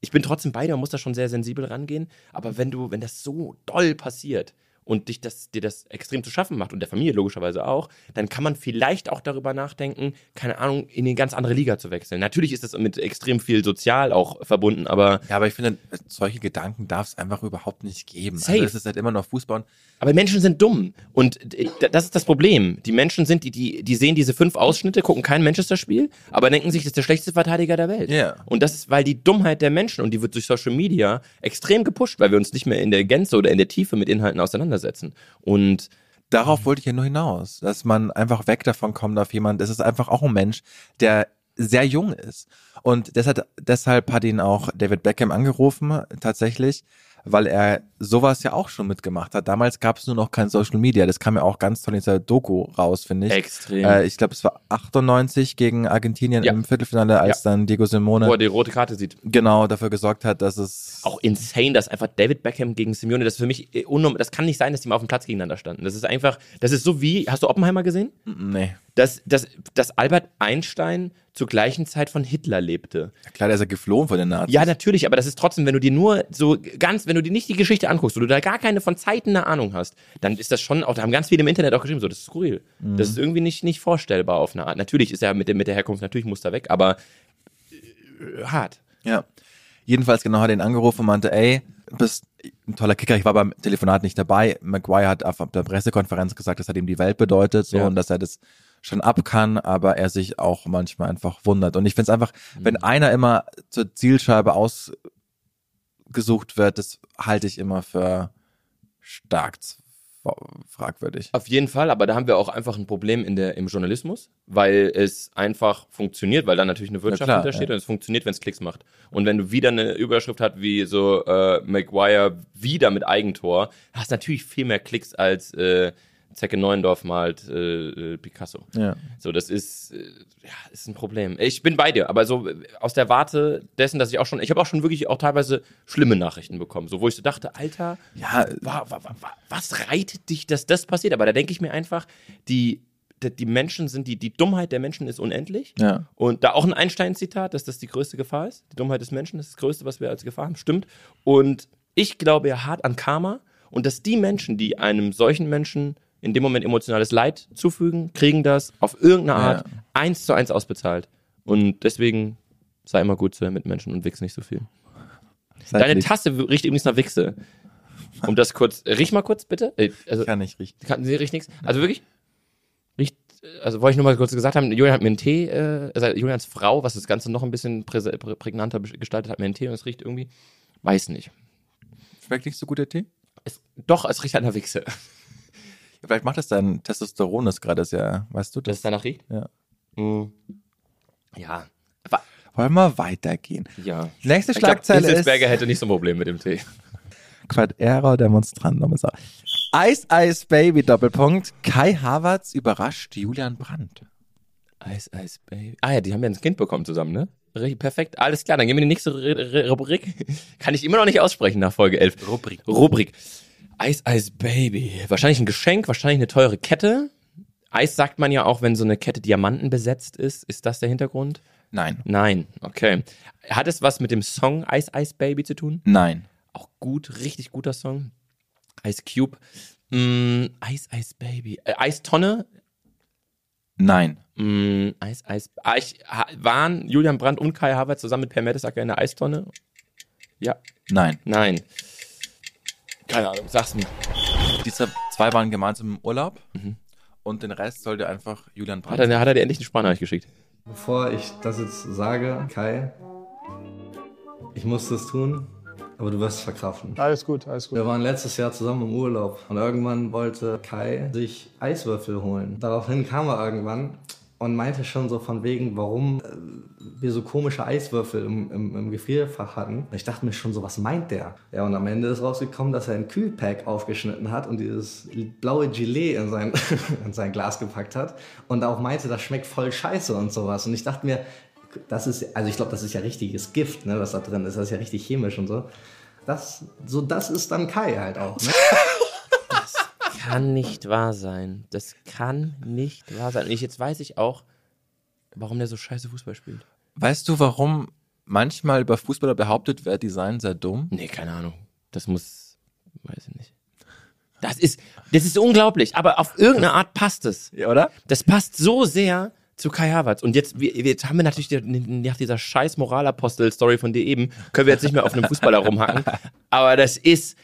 [SPEAKER 3] ich bin trotzdem bei dir und muss da schon sehr sensibel rangehen. Aber wenn du, wenn das so doll passiert und dich das, dir das extrem zu schaffen macht und der Familie logischerweise auch, dann kann man vielleicht auch darüber nachdenken, keine Ahnung, in eine ganz andere Liga zu wechseln. Natürlich ist das mit extrem viel sozial auch verbunden, aber,
[SPEAKER 4] Ja, aber ich finde, solche Gedanken darf es einfach überhaupt nicht geben.
[SPEAKER 3] Safe.
[SPEAKER 4] Also es ist halt immer noch Fußball. Und
[SPEAKER 3] aber Menschen sind dumm. Und d- das ist das Problem. Die Menschen sind, die, die, die sehen diese fünf Ausschnitte, gucken kein Manchester-Spiel, aber denken sich, das ist der schlechteste Verteidiger der Welt.
[SPEAKER 4] Ja.
[SPEAKER 3] Und das ist, weil die Dummheit der Menschen, und die wird durch Social Media extrem gepusht, weil wir uns nicht mehr in der Gänze oder in der Tiefe mit Inhalten auseinandersetzen. Und
[SPEAKER 4] darauf wollte ich ja nur hinaus, dass man einfach weg davon kommt auf jemand. Es ist einfach auch ein Mensch, der sehr jung ist. Und deshalb, deshalb hat ihn auch David Beckham angerufen, tatsächlich, weil er sowas ja auch schon mitgemacht hat. Damals gab es nur noch kein Social Media. Das kam ja auch ganz toll in dieser Doku raus, finde ich.
[SPEAKER 3] Extrem.
[SPEAKER 4] Äh, ich glaube, es war 98 gegen Argentinien
[SPEAKER 3] Ja.
[SPEAKER 4] im Viertelfinale, als dann Diego Simone
[SPEAKER 3] wo er die rote Karte sieht.
[SPEAKER 4] genau dafür gesorgt hat, dass es
[SPEAKER 3] Auch insane, dass einfach David Beckham gegen Simeone, das ist für mich äh, unnorm, das kann nicht sein, dass die mal auf dem Platz gegeneinander standen. Das ist einfach, das ist so wie, hast du Oppenheimer gesehen?
[SPEAKER 4] Hm. Nee.
[SPEAKER 3] Dass, dass, dass Albert Einstein zur gleichen Zeit von Hitler lebte.
[SPEAKER 4] Klar, der ist ja geflohen von den Nazis.
[SPEAKER 3] Ja, natürlich, aber das ist trotzdem, wenn du dir nur so ganz, wenn du dir nicht die Geschichte anguckst, wo du da gar keine von Zeiten eine Ahnung hast, dann ist das schon, auch da haben ganz viele im Internet auch geschrieben, so, das ist skurril. Das ist irgendwie nicht, nicht vorstellbar auf eine Art. Natürlich ist er mit, der- mit der Herkunft, natürlich muss er weg, aber äh, hart.
[SPEAKER 4] Ja. Jedenfalls genau hat er ihn angerufen und meinte, ey, du bist ein toller Kicker. Ich war beim Telefonat nicht dabei. Maguire hat auf der Pressekonferenz gesagt, das hat ihm die Welt bedeutet so
[SPEAKER 3] Ja.
[SPEAKER 4] und dass er das schon ab kann, aber er sich auch manchmal einfach wundert. Und ich finde es einfach, wenn einer immer zur Zielscheibe ausgesucht wird, das halte ich immer für stark z- fragwürdig.
[SPEAKER 3] Auf jeden Fall, aber da haben wir auch einfach ein Problem in der, im Journalismus, weil es einfach funktioniert, weil da natürlich eine Wirtschaft
[SPEAKER 4] klar,
[SPEAKER 3] hintersteht
[SPEAKER 4] ja.
[SPEAKER 3] und es funktioniert, wenn es Klicks macht. Und wenn du wieder eine Überschrift hat wie so äh, Maguire wieder mit Eigentor, hast natürlich viel mehr Klicks als äh, Zecke Neuendorf malt äh, äh, Picasso.
[SPEAKER 4] Ja.
[SPEAKER 3] So, das ist, äh, ja, ist ein Problem. Ich bin bei dir, aber so äh, aus der Warte dessen, dass ich auch schon, ich habe auch schon wirklich auch teilweise schlimme Nachrichten bekommen, so wo ich so dachte, Alter,
[SPEAKER 4] Ja,
[SPEAKER 3] wa, wa, wa, wa, was reitet dich, dass das passiert? Aber da denke ich mir einfach, die, die, die Menschen sind, die, die Dummheit der Menschen ist unendlich.
[SPEAKER 4] Ja.
[SPEAKER 3] Und da auch ein Einstein-Zitat, dass das die größte Gefahr ist. Die Dummheit des Menschen ist das Größte, was wir als Gefahr haben. Stimmt. Und ich glaube ja hart an Karma und dass die Menschen, die einem solchen Menschen in dem Moment emotionales Leid zufügen, kriegen das auf irgendeine Art
[SPEAKER 4] Ja.
[SPEAKER 3] eins zu eins ausbezahlt. Und deswegen sei immer gut zu deinen Mitmenschen und wichs nicht so viel.
[SPEAKER 4] seid
[SPEAKER 3] Deine
[SPEAKER 4] lieb.
[SPEAKER 3] Tasse riecht übrigens nach Wichse. Um das kurz, riech mal kurz bitte. Äh, Also,
[SPEAKER 4] kann ich riechen.
[SPEAKER 3] kann, sie riecht nichts. Also wirklich, riecht, also wollte ich nur mal kurz gesagt haben, Julian hat mir einen Tee, äh, also Julians Frau, was das Ganze noch ein bisschen präse- prä prägnanter besch- gestaltet, hat mir einen Tee und es riecht irgendwie, weiß nicht.
[SPEAKER 4] Schmeckt nicht so gut der Tee?
[SPEAKER 3] Es, doch, es riecht an der Wichse. [LAUGHS]
[SPEAKER 4] Ja, vielleicht macht das dein Testosteron das gerade, das ja, weißt du
[SPEAKER 3] Dass
[SPEAKER 4] das?
[SPEAKER 3] es danach riecht?
[SPEAKER 4] Ja.
[SPEAKER 3] Mhm. Ja. Wa-
[SPEAKER 4] Wollen wir weitergehen?
[SPEAKER 3] Ja.
[SPEAKER 4] Die nächste
[SPEAKER 3] Ich glaube,
[SPEAKER 4] Schlagzeile ist
[SPEAKER 3] Hitzelsberger hätte nicht so ein Problem mit dem Tee.
[SPEAKER 4] Quadera Demonstrandum. ist auch- Ice Ice Baby Doppelpunkt. Kai Havertz überrascht Julian Brandt.
[SPEAKER 3] Eis, Eis, Baby. Ah ja, die haben ja ein Kind bekommen zusammen, ne? Richtig, perfekt. Alles klar, dann gehen wir in die nächste Ri- Ri- Rubrik. [LAUGHS] Kann ich immer noch nicht aussprechen nach Folge 11. Rubrik. Rubrik. Eis, Eis, Baby. Wahrscheinlich ein Geschenk, wahrscheinlich eine teure Kette. Eis sagt man ja auch, wenn so eine Kette Diamanten besetzt ist. Ist das der Hintergrund?
[SPEAKER 4] Nein.
[SPEAKER 3] Nein, okay. Hat es was mit dem Song Eis, Eis, Baby zu tun?
[SPEAKER 4] Nein.
[SPEAKER 3] Auch gut, richtig guter Song. Ice Cube. Mm, Eis, Eis, Baby. Äh, Eistonne
[SPEAKER 4] Nein.
[SPEAKER 3] Mm, Eis, Eis. Ah, ich, ha, waren Julian Brandt und Kai Havertz zusammen mit Per Mertesacker in der Eistonne? Ja.
[SPEAKER 4] Nein.
[SPEAKER 3] Nein. Keine Ahnung, sag's mir.
[SPEAKER 4] Diese zwei waren gemeinsam im Urlaub und den Rest sollte einfach Julian
[SPEAKER 3] Hat
[SPEAKER 4] Brandt.
[SPEAKER 3] er, hat er dir endlich eine Sprachnachricht geschickt?
[SPEAKER 5] Bevor ich das jetzt sage, Kai, ich muss das tun, aber du wirst es verkraften.
[SPEAKER 6] Alles gut, alles gut.
[SPEAKER 5] Wir waren letztes Jahr zusammen im Urlaub und irgendwann wollte Kai sich Eiswürfel holen. Daraufhin kam er irgendwann und meinte schon so von wegen, warum äh, wir so komische Eiswürfel im, im, im Gefrierfach hatten. Und ich dachte mir schon so, was meint der? Ja, und am Ende ist rausgekommen, dass er ein Kühlpack aufgeschnitten hat und dieses blaue Gilet in sein, [LAUGHS] in sein Glas gepackt hat und auch meinte, das schmeckt voll scheiße und sowas. Und ich dachte mir, das ist, also ich glaube, das ist ja richtiges Gift, ne, was da drin ist. Das ist ja richtig chemisch und so. Das, so das ist dann Kai halt auch. Ne?
[SPEAKER 3] Kann nicht wahr sein. Das kann nicht wahr sein. Und ich, jetzt weiß ich auch, warum der so scheiße Fußball spielt.
[SPEAKER 4] Weißt du, warum manchmal über Fußballer behauptet wird, die seien sehr dumm?
[SPEAKER 3] Nee, keine Ahnung. Das muss, weiß ich nicht. Das ist, das ist unglaublich, aber auf irgendeine Art passt es.
[SPEAKER 4] Ja, oder?
[SPEAKER 3] Das passt so sehr zu Kai Havertz. Und jetzt, wir, jetzt haben wir natürlich die- nach dieser scheiß Moralapostel-Story von dir eben, können wir jetzt nicht mehr auf einem Fußballer rumhacken. Aber das ist.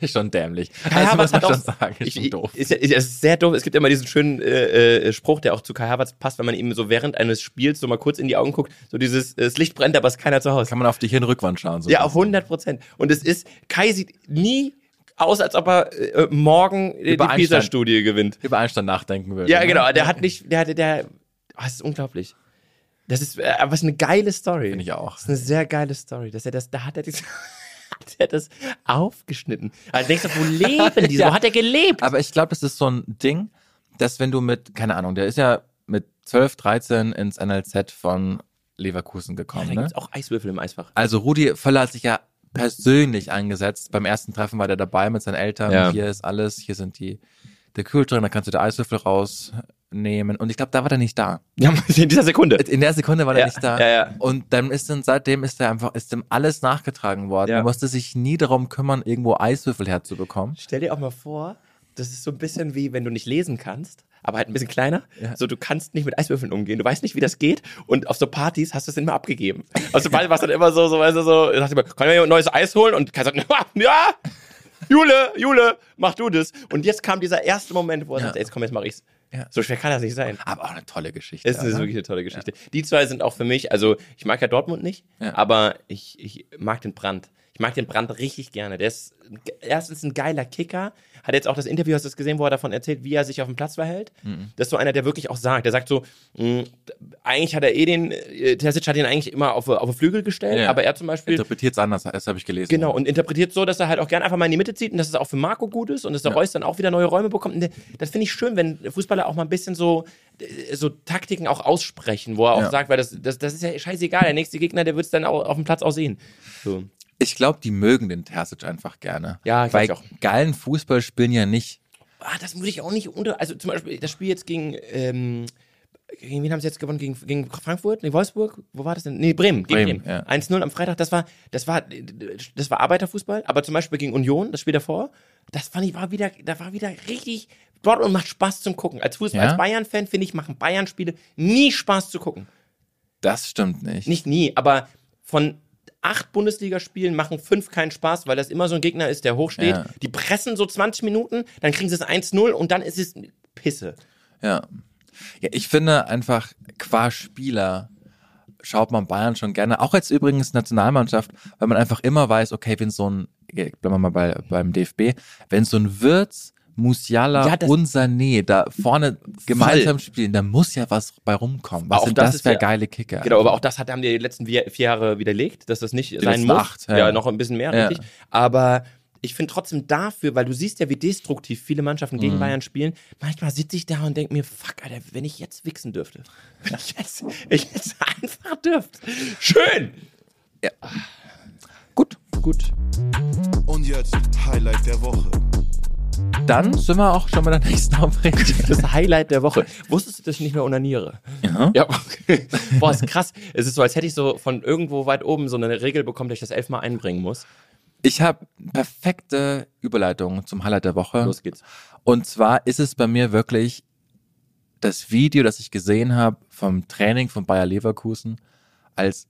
[SPEAKER 4] Ist schon dämlich.
[SPEAKER 3] Kai
[SPEAKER 4] also, muss man schon
[SPEAKER 3] hat
[SPEAKER 4] sagen, ist
[SPEAKER 3] Ich-
[SPEAKER 4] schon doof.
[SPEAKER 3] Ist, ja- ist, ja- ist sehr doof. Es gibt ja immer diesen schönen äh, äh, Spruch, der auch zu Kai Havertz passt, wenn man ihm so während eines Spiels so mal kurz in die Augen guckt, so dieses, äh, das Licht brennt, aber es ist keiner zu Hause.
[SPEAKER 4] Kann man auf die Hirnrückwand schauen. So
[SPEAKER 3] Ja, auf 100 Prozent. Und es ist, Kai sieht nie aus, als ob er äh, morgen äh,
[SPEAKER 4] Über
[SPEAKER 3] die
[SPEAKER 4] Einstein.
[SPEAKER 3] PISA-Studie gewinnt.
[SPEAKER 4] Über Einstein nachdenken würde.
[SPEAKER 3] Ja,
[SPEAKER 4] ne?
[SPEAKER 3] genau. Der hat nicht, der hatte, der, oh, das ist unglaublich. Das ist, äh, aber es ist eine geile Story.
[SPEAKER 4] Finde ich auch.
[SPEAKER 3] Das ist eine sehr geile Story, dass er das, da hat er das, [LAUGHS] hat er das aufgeschnitten. Also denkst du,
[SPEAKER 4] [LAUGHS]
[SPEAKER 3] wo leben die?
[SPEAKER 4] Ja.
[SPEAKER 3] Wo hat er gelebt?
[SPEAKER 4] Aber ich glaube, das ist so ein Ding, dass wenn du mit, keine Ahnung, der ist ja mit 12, 13 ins NLZ von Leverkusen
[SPEAKER 3] da
[SPEAKER 4] gekommen.
[SPEAKER 3] gibt's
[SPEAKER 4] ne?
[SPEAKER 3] auch Eiswürfel im Eisfach.
[SPEAKER 4] Also Rudi Völler hat sich ja persönlich eingesetzt. Beim ersten Treffen war der dabei mit seinen Eltern.
[SPEAKER 3] Ja.
[SPEAKER 4] Hier ist alles, hier sind die der Kühlschrank, da kannst du die Eiswürfel rausnehmen. Und ich glaube, da war der nicht da.
[SPEAKER 3] [LAUGHS] Ja, in dieser Sekunde.
[SPEAKER 4] [LAUGHS] In der Sekunde war der
[SPEAKER 3] Ja,
[SPEAKER 4] nicht da.
[SPEAKER 3] ja, ja.
[SPEAKER 4] Und dann ist dann seitdem ist er einfach, ist ihm alles nachgetragen worden.
[SPEAKER 3] Ja.
[SPEAKER 4] Er musste sich nie darum kümmern, irgendwo Eiswürfel herzubekommen.
[SPEAKER 3] Stell dir auch mal vor, das ist so ein bisschen wie, wenn du nicht lesen kannst, aber halt ein bisschen kleiner. So, du kannst nicht mit Eiswürfeln umgehen, du weißt nicht, wie das geht. Und auf so Partys hast du es immer abgegeben. Auf so Partys warst du dann immer so, so, weißt du, so, sagst immer, kann mir jemand neues Eis holen? Und Kai sagt, [LAUGHS] ja, Jule, Jule, mach du das. Und jetzt kam dieser erste Moment, wo er sagt, jetzt komm, jetzt mach ich's.
[SPEAKER 4] Ja.
[SPEAKER 3] So schwer kann das nicht sein.
[SPEAKER 4] Aber auch eine tolle Geschichte. ne?
[SPEAKER 3] Es ist
[SPEAKER 4] oder?
[SPEAKER 3] wirklich eine tolle Geschichte. Die zwei sind auch für mich, also ich mag ja Dortmund nicht,
[SPEAKER 4] Ja.
[SPEAKER 3] aber ich, ich mag den Brand. Ich mag den Brand richtig gerne. Der ist erstens ein geiler Kicker. Hat jetzt auch das Interview, hast du es gesehen, wo er davon erzählt, wie er sich auf dem Platz verhält.
[SPEAKER 4] Mhm.
[SPEAKER 3] Das ist so einer, der wirklich auch sagt. Der sagt so, mh, eigentlich hat er eh den, äh, Terzic hat ihn eigentlich immer auf, auf den Flügel gestellt,
[SPEAKER 4] Ja.
[SPEAKER 3] aber er zum Beispiel
[SPEAKER 4] Interpretiert es anders, das habe ich gelesen.
[SPEAKER 3] Genau, und interpretiert so, dass er halt auch gerne einfach mal in die Mitte zieht und dass es auch für Marco gut ist und dass der Reus dann auch wieder neue Räume bekommt. Und der- das finde ich schön, wenn Fußballer auch mal ein bisschen so, äh, so Taktiken auch aussprechen, wo er
[SPEAKER 4] Ja.
[SPEAKER 3] auch sagt, weil das, das, das ist ja scheißegal, der nächste Gegner, der wird es dann auch auf dem Platz auch sehen. So.
[SPEAKER 4] Ich glaube, die mögen den Terzic einfach gerne.
[SPEAKER 3] Ja, glaub
[SPEAKER 4] Weil
[SPEAKER 3] ich auch.
[SPEAKER 4] geilen Fußball spielen ja nicht.
[SPEAKER 3] Ah, das würde ich auch nicht unter. Also zum Beispiel das Spiel jetzt gegen. Ähm, gegen wen haben sie jetzt gewonnen? Gegen, gegen Frankfurt? Nee, Wolfsburg? Wo war das denn? Nee, Bremen. Gegen
[SPEAKER 4] Bremen,
[SPEAKER 3] Bremen.
[SPEAKER 4] ja.
[SPEAKER 3] 1-0 am Freitag. Das war, das war, das war Arbeiterfußball. Aber zum Beispiel gegen Union, das Spiel davor, das fand ich, war wieder, da war wieder richtig. Dortmund macht Spaß zum Gucken. Als Fußball,
[SPEAKER 4] Ja?
[SPEAKER 3] als Bayern-Fan, finde ich, machen Bayern-Spiele nie Spaß zu gucken.
[SPEAKER 4] Das stimmt nicht.
[SPEAKER 3] Nicht nie, aber von acht Bundesligaspielen machen fünf keinen Spaß, weil das immer so ein Gegner ist, der hochsteht.
[SPEAKER 4] Ja.
[SPEAKER 3] Die pressen so 20 Minuten, dann kriegen sie es 1-0 und dann ist es Pisse.
[SPEAKER 4] Ja. ja. Ich finde einfach, qua Spieler schaut man Bayern schon gerne, auch als übrigens Nationalmannschaft, weil man einfach immer weiß, okay, wenn so ein, ja, bleiben wir mal bei, beim DFB, wenn so ein Wirtz, Musiala
[SPEAKER 3] Ja, das-
[SPEAKER 4] und Sané da vorne gemeinsam spielen, da muss ja was bei rumkommen. Was
[SPEAKER 3] Auch
[SPEAKER 4] sind
[SPEAKER 3] das
[SPEAKER 4] das
[SPEAKER 3] ist
[SPEAKER 4] für
[SPEAKER 3] ja-
[SPEAKER 4] geile Kicker?
[SPEAKER 3] Genau, aber auch das hat, haben die letzten vier, vier Jahre widerlegt, dass das nicht sein
[SPEAKER 4] letzten
[SPEAKER 3] muss.
[SPEAKER 4] acht, ja.
[SPEAKER 3] ja. noch ein bisschen mehr,
[SPEAKER 4] Ja.
[SPEAKER 3] richtig. Aber ich finde trotzdem dafür, weil du siehst ja, wie destruktiv viele Mannschaften gegen Bayern spielen, manchmal sitze ich da und denke mir, fuck, Alter, wenn ich jetzt wichsen dürfte. [LAUGHS] Wenn ich jetzt, ich jetzt [LAUGHS] einfach dürfte. Schön!
[SPEAKER 4] Gut, gut.
[SPEAKER 1] Und jetzt Highlight der Woche.
[SPEAKER 4] Dann sind wir auch schon bei der nächsten Aufregung.
[SPEAKER 3] Das Highlight der Woche. Wusstest du, dass ich nicht mehr onaniere?
[SPEAKER 4] Ja.
[SPEAKER 3] [LAUGHS] Ja, okay. Boah, ist krass. Es ist so, als hätte ich so von irgendwo weit oben so eine Regel bekommen, dass ich das elfmal einbringen muss.
[SPEAKER 4] Ich habe perfekte Überleitung zum Highlight der Woche.
[SPEAKER 3] Los geht's.
[SPEAKER 4] Und zwar ist es bei mir wirklich das Video, das ich gesehen habe vom Training von Bayer Leverkusen, als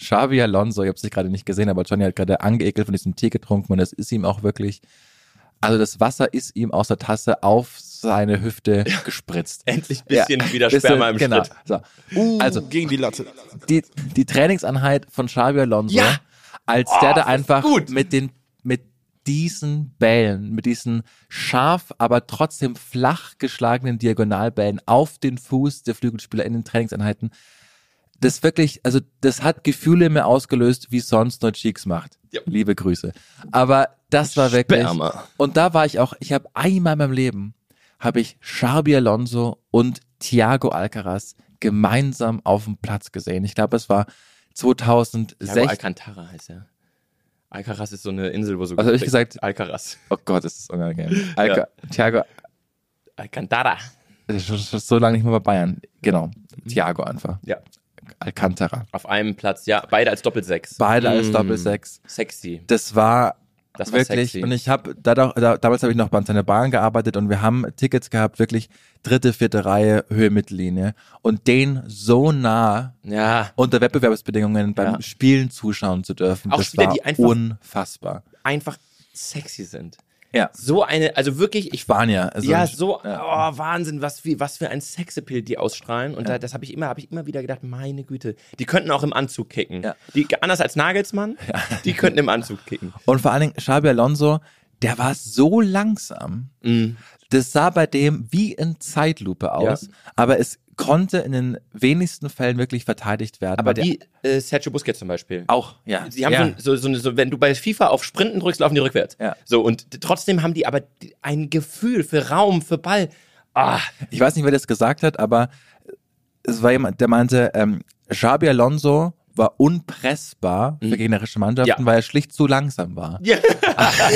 [SPEAKER 4] Xavi Alonso, ich habe es gerade nicht gesehen, aber Johnny hat gerade angeekelt von diesem Tee getrunken und das ist ihm auch wirklich, also das Wasser ist ihm aus der Tasse auf seine Hüfte gespritzt.
[SPEAKER 3] Endlich bisschen [LAUGHS] wieder Sperma im
[SPEAKER 4] genau,
[SPEAKER 3] Schritt.
[SPEAKER 4] So. also
[SPEAKER 1] Gegen die Latte.
[SPEAKER 4] die, die Trainingsanheit von Xabi Alonso,
[SPEAKER 3] Ja.
[SPEAKER 4] als der da einfach mit den mit diesen Bällen, mit diesen scharf, aber trotzdem flach geschlagenen Diagonalbällen auf den Fuß der Flügelspieler in den Trainingseinheiten. Das wirklich, also das hat Gefühle mehr ausgelöst, wie sonst nur Cheeks macht.
[SPEAKER 3] Ja.
[SPEAKER 4] Liebe Grüße. Aber das war wirklich.
[SPEAKER 3] Sperma.
[SPEAKER 4] Und da war ich auch, ich habe einmal in meinem Leben, habe ich Xabi Alonso und Thiago Alcaraz gemeinsam auf dem Platz gesehen. Ich glaube, es war
[SPEAKER 3] Thiago
[SPEAKER 4] 2016.
[SPEAKER 3] Alcantara heißt er. Alcaraz ist so eine Insel, wo so.
[SPEAKER 4] Was hab ich Also gesagt?
[SPEAKER 3] Alcaraz.
[SPEAKER 4] Oh Gott, das ist unangenehm. [LAUGHS] Alca Thiago,
[SPEAKER 3] Alcantara.
[SPEAKER 4] das ist schon- schon so lange nicht mehr bei Bayern. Genau. Thiago einfach.
[SPEAKER 3] Ja.
[SPEAKER 4] Alcantara.
[SPEAKER 3] Auf einem Platz, ja. Beide als Doppelsechs. Mm.
[SPEAKER 4] Beide als Doppelsechs.
[SPEAKER 3] Sexy.
[SPEAKER 4] Mm. Das war
[SPEAKER 3] Das war
[SPEAKER 4] wirklich.
[SPEAKER 3] sexy.
[SPEAKER 4] Und ich habe da, da, damals habe ich noch bei Antenne Bayern gearbeitet und wir haben Tickets gehabt, wirklich dritte, vierte Reihe, Höhe, Mittellinie. Und den so nah
[SPEAKER 3] Ja.
[SPEAKER 4] unter Wettbewerbsbedingungen beim
[SPEAKER 3] Ja.
[SPEAKER 4] Spielen zuschauen zu dürfen.
[SPEAKER 3] Auch
[SPEAKER 4] das
[SPEAKER 3] Spieler,
[SPEAKER 4] war
[SPEAKER 3] die einfach-
[SPEAKER 4] unfassbar.
[SPEAKER 3] Einfach sexy sind.
[SPEAKER 4] Ja.
[SPEAKER 3] So eine, also wirklich, ich
[SPEAKER 4] Spanier. Also
[SPEAKER 3] ja, so,
[SPEAKER 4] ja.
[SPEAKER 3] Oh, Wahnsinn, was, wie, was für ein Sexappeal die ausstrahlen. Und da, das habe ich immer, habe ich immer wieder gedacht, meine Güte, die könnten auch im Anzug kicken.
[SPEAKER 4] Ja.
[SPEAKER 3] Die, anders als Nagelsmann, die könnten im Anzug kicken.
[SPEAKER 4] Und vor allen Dingen Xabi Alonso, der war so langsam.
[SPEAKER 3] Mhm.
[SPEAKER 4] Das sah bei dem wie in Zeitlupe aus, aber es konnte in den wenigsten Fällen wirklich verteidigt werden.
[SPEAKER 3] Aber
[SPEAKER 4] weil
[SPEAKER 3] die
[SPEAKER 4] der,
[SPEAKER 3] äh, Sergio Busquets zum Beispiel.
[SPEAKER 4] auch, ja.
[SPEAKER 3] Sie haben
[SPEAKER 4] ja.
[SPEAKER 3] so, so, so, so, wenn du bei FIFA auf Sprinten drückst, laufen die rückwärts.
[SPEAKER 4] Ja.
[SPEAKER 3] So, und t- trotzdem haben die aber die- ein Gefühl für Raum, für Ball. Ah,
[SPEAKER 4] ich weiß nicht, wer das gesagt hat, aber es war jemand, der meinte, ähm, Xabi Alonso war unpressbar für gegnerische Mannschaften,
[SPEAKER 3] Mhm. Ja.
[SPEAKER 4] weil er schlicht zu langsam war.
[SPEAKER 3] ja. [LAUGHS]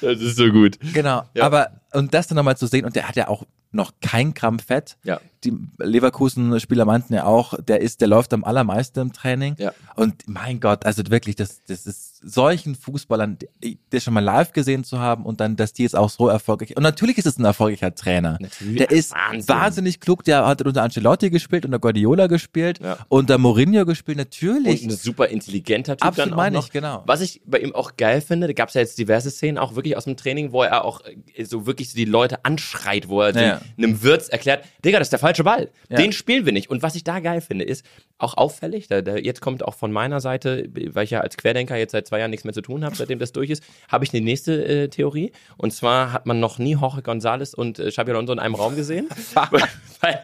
[SPEAKER 3] das ist so gut.
[SPEAKER 4] Genau,
[SPEAKER 3] Ja.
[SPEAKER 4] aber und das dann nochmal zu sehen, und der hat ja auch noch kein Gramm Fett.
[SPEAKER 3] Ja.
[SPEAKER 4] Die Leverkusen-Spieler meinten ja auch, der ist, der läuft am allermeisten im Training.
[SPEAKER 3] Ja.
[SPEAKER 4] Und mein Gott, also wirklich, das, das ist solchen Fußballern, die- das schon mal live gesehen zu haben und dann, dass die jetzt auch so erfolgreich. Und natürlich ist es ein erfolgreicher Trainer.
[SPEAKER 3] Natürlich.
[SPEAKER 4] Der ist
[SPEAKER 3] Wahnsinn.
[SPEAKER 4] wahnsinnig klug, der hat unter Ancelotti gespielt, unter Guardiola gespielt,
[SPEAKER 3] Ja.
[SPEAKER 4] unter Mourinho gespielt, natürlich.
[SPEAKER 3] Und ein super intelligenter Typ
[SPEAKER 4] Absolut
[SPEAKER 3] dann auch
[SPEAKER 4] meine
[SPEAKER 3] noch.
[SPEAKER 4] ich, genau.
[SPEAKER 3] Was ich bei ihm auch geil finde, da gab es ja jetzt diverse Szenen auch wirklich aus dem Training, wo er auch äh, so wirklich so die Leute anschreit, wo er
[SPEAKER 4] Ja.
[SPEAKER 3] den, einem Wirtz erklärt, Digga, das ist der falsche Ball.
[SPEAKER 4] Ja.
[SPEAKER 3] Den spielen wir nicht. Und was ich da geil finde, ist, auch auffällig. Da, da, jetzt kommt auch von meiner Seite, weil ich ja als Querdenker jetzt seit zwei Jahren nichts mehr zu tun habe, seitdem das durch ist, habe ich die nächste äh, Theorie. Und zwar hat man noch nie Jorge González und äh, Xabi Alonso in einem Raum
[SPEAKER 4] [LAUGHS]
[SPEAKER 3] gesehen. weil, weil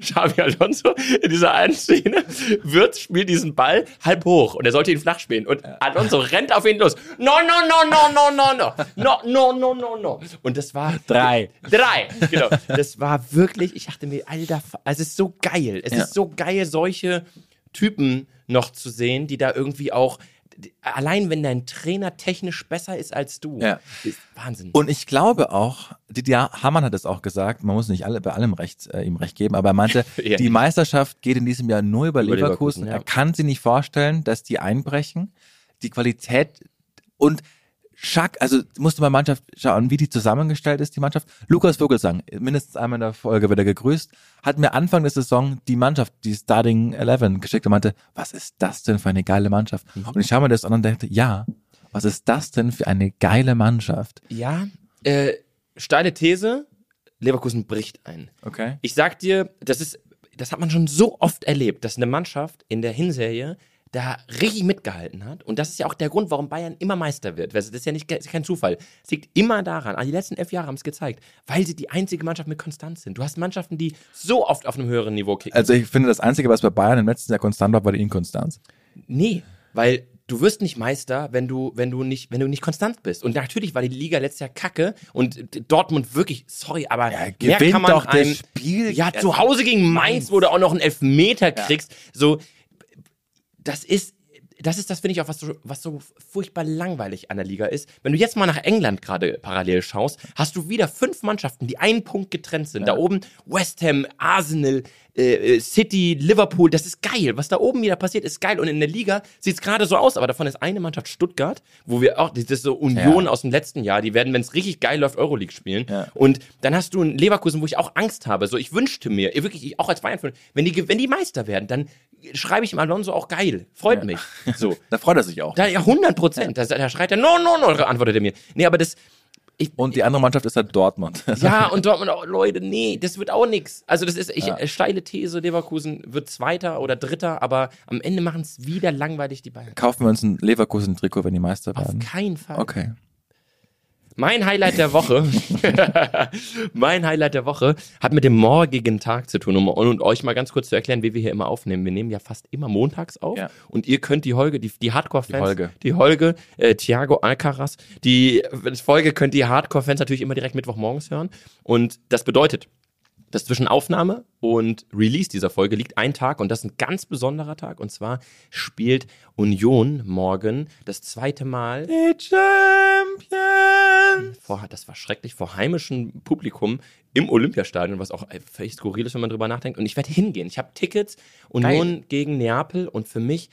[SPEAKER 3] Xabi Alonso in dieser einen Szene wird, spielt diesen Ball halb hoch und er sollte ihn flach spielen. Und Alonso rennt auf ihn los. No, no, no, no, no, no, no. No, no, no, no, no. Und das war
[SPEAKER 4] Drei.
[SPEAKER 3] Drei, genau. Das war wirklich, ich dachte mir, alter, Fa- es ist so geil. Es
[SPEAKER 4] Ja.
[SPEAKER 3] ist so geil, solche Typen noch zu sehen, die da irgendwie auch, allein wenn dein Trainer technisch besser ist als du,
[SPEAKER 4] Ja.
[SPEAKER 3] ist Wahnsinn.
[SPEAKER 4] Und ich glaube auch, Didier Hamann hat es auch gesagt, man muss nicht alle, bei allem recht, äh, ihm recht geben, aber er meinte,
[SPEAKER 3] [LAUGHS] Ja.
[SPEAKER 4] die Meisterschaft geht in diesem Jahr nur über,
[SPEAKER 3] Über
[SPEAKER 4] Leverkusen.
[SPEAKER 3] Leverkusen, ja.
[SPEAKER 4] Er kann sich nicht vorstellen, dass die einbrechen. Die Qualität und Schack, also musste man Mannschaft schauen, wie die zusammengestellt ist, die Mannschaft. Lukas Vogelsang, mindestens einmal in der Folge wieder gegrüßt, hat mir Anfang der Saison die Mannschaft, die Starting 11 geschickt und meinte, was ist das denn für eine geile Mannschaft?
[SPEAKER 3] Mhm.
[SPEAKER 4] Und ich schaue mir das an und dachte, ja, was ist das denn für eine geile Mannschaft?
[SPEAKER 3] ja, äh, steile These, Leverkusen bricht ein.
[SPEAKER 4] Okay.
[SPEAKER 3] Ich sag dir, das ist, das hat man schon so oft erlebt, dass eine Mannschaft in der Hinserie da richtig mitgehalten hat. Und das ist ja auch der Grund, warum Bayern immer Meister wird. Das ist ja nicht, ist kein Zufall. Es liegt immer daran, also die letzten elf Jahre haben es gezeigt, weil sie die einzige Mannschaft mit Konstanz sind. Du hast Mannschaften, die so oft auf einem höheren Niveau kicken.
[SPEAKER 4] Also ich finde, das Einzige, was bei Bayern im letzten Jahr konstant war, war die Inkonstanz.
[SPEAKER 3] Nee, weil du wirst nicht Meister, wenn du, wenn du nicht, wenn du nicht konstant bist. Und natürlich war die Liga letztes Jahr kacke und D- Dortmund wirklich, sorry, aber mehr
[SPEAKER 4] gewinnt
[SPEAKER 3] kann man
[SPEAKER 4] doch das
[SPEAKER 3] einem-
[SPEAKER 4] Spiel.
[SPEAKER 3] Ja, zu Hause gegen Mainz, wo du auch noch einen Elfmeter kriegst. So, das ist, das ist das, finde ich, auch, was so, was so furchtbar langweilig an der Liga ist. Wenn du jetzt mal nach England gerade parallel schaust, hast du wieder fünf Mannschaften, die einen Punkt getrennt sind. Da oben West Ham, Arsenal, äh, äh, City, Liverpool, das ist geil. Was da oben wieder passiert, ist geil. Und in der Liga sieht es gerade so aus, aber davon ist eine Mannschaft Stuttgart, wo wir auch, das ist so Union
[SPEAKER 4] Ja.
[SPEAKER 3] aus dem letzten Jahr, die werden, wenn es richtig geil läuft, Euroleague spielen.
[SPEAKER 4] Ja.
[SPEAKER 3] Und dann hast du einen Leverkusen, wo ich auch Angst habe. So, ich wünschte mir, ich wirklich, ich auch als Bayern-Fan, wenn die, ge- wenn die Meister werden, dann schreibe ich dem Alonso auch geil. Freut mich.
[SPEAKER 4] [LAUGHS]
[SPEAKER 3] So.
[SPEAKER 4] Da freut er sich auch.
[SPEAKER 3] Da, ja, 100 Prozent. Da, da schreit er, no, no, no, antwortet er mir. Nee, aber das,
[SPEAKER 4] Und die andere Mannschaft ist halt Dortmund.
[SPEAKER 3] ja, und Dortmund, auch, Leute, nee, das wird auch nix. Also, das ist, ich, äh, steile These, Leverkusen wird Zweiter oder Dritter, aber am Ende machen es wieder langweilig die Bayern.
[SPEAKER 4] [LAUGHS] Kaufen wir uns ein Leverkusen-Trikot, wenn die Meister
[SPEAKER 3] Auf
[SPEAKER 4] werden.
[SPEAKER 3] keinen Fall.
[SPEAKER 4] Ähm, Okay.
[SPEAKER 3] Mein Highlight der Woche, [LAUGHS] mein Highlight der Woche hat mit dem morgigen Tag zu tun, um, und euch mal ganz kurz zu erklären, wie wir hier immer aufnehmen. Wir nehmen ja fast immer montags auf
[SPEAKER 4] Ja.
[SPEAKER 3] und ihr könnt die Holge, die, die
[SPEAKER 4] Die
[SPEAKER 3] Hardcore-Fans,
[SPEAKER 4] Holge.
[SPEAKER 3] die Holge, äh, Thiago Alcaraz, die Folge könnt ihr Hardcore-Fans natürlich immer direkt Mittwochmorgens hören und das bedeutet, dass zwischen Aufnahme und Release dieser Folge liegt ein Tag und das ist ein ganz besonderer Tag und zwar spielt Union morgen das zweite Mal
[SPEAKER 4] Die Champions.
[SPEAKER 3] vor, das war schrecklich, vor heimischem Publikum im Olympiastadion, was auch äh, völlig skurril ist, wenn man drüber nachdenkt. Und ich werde hingehen. Ich habe Tickets, Union gegen Neapel und für mich,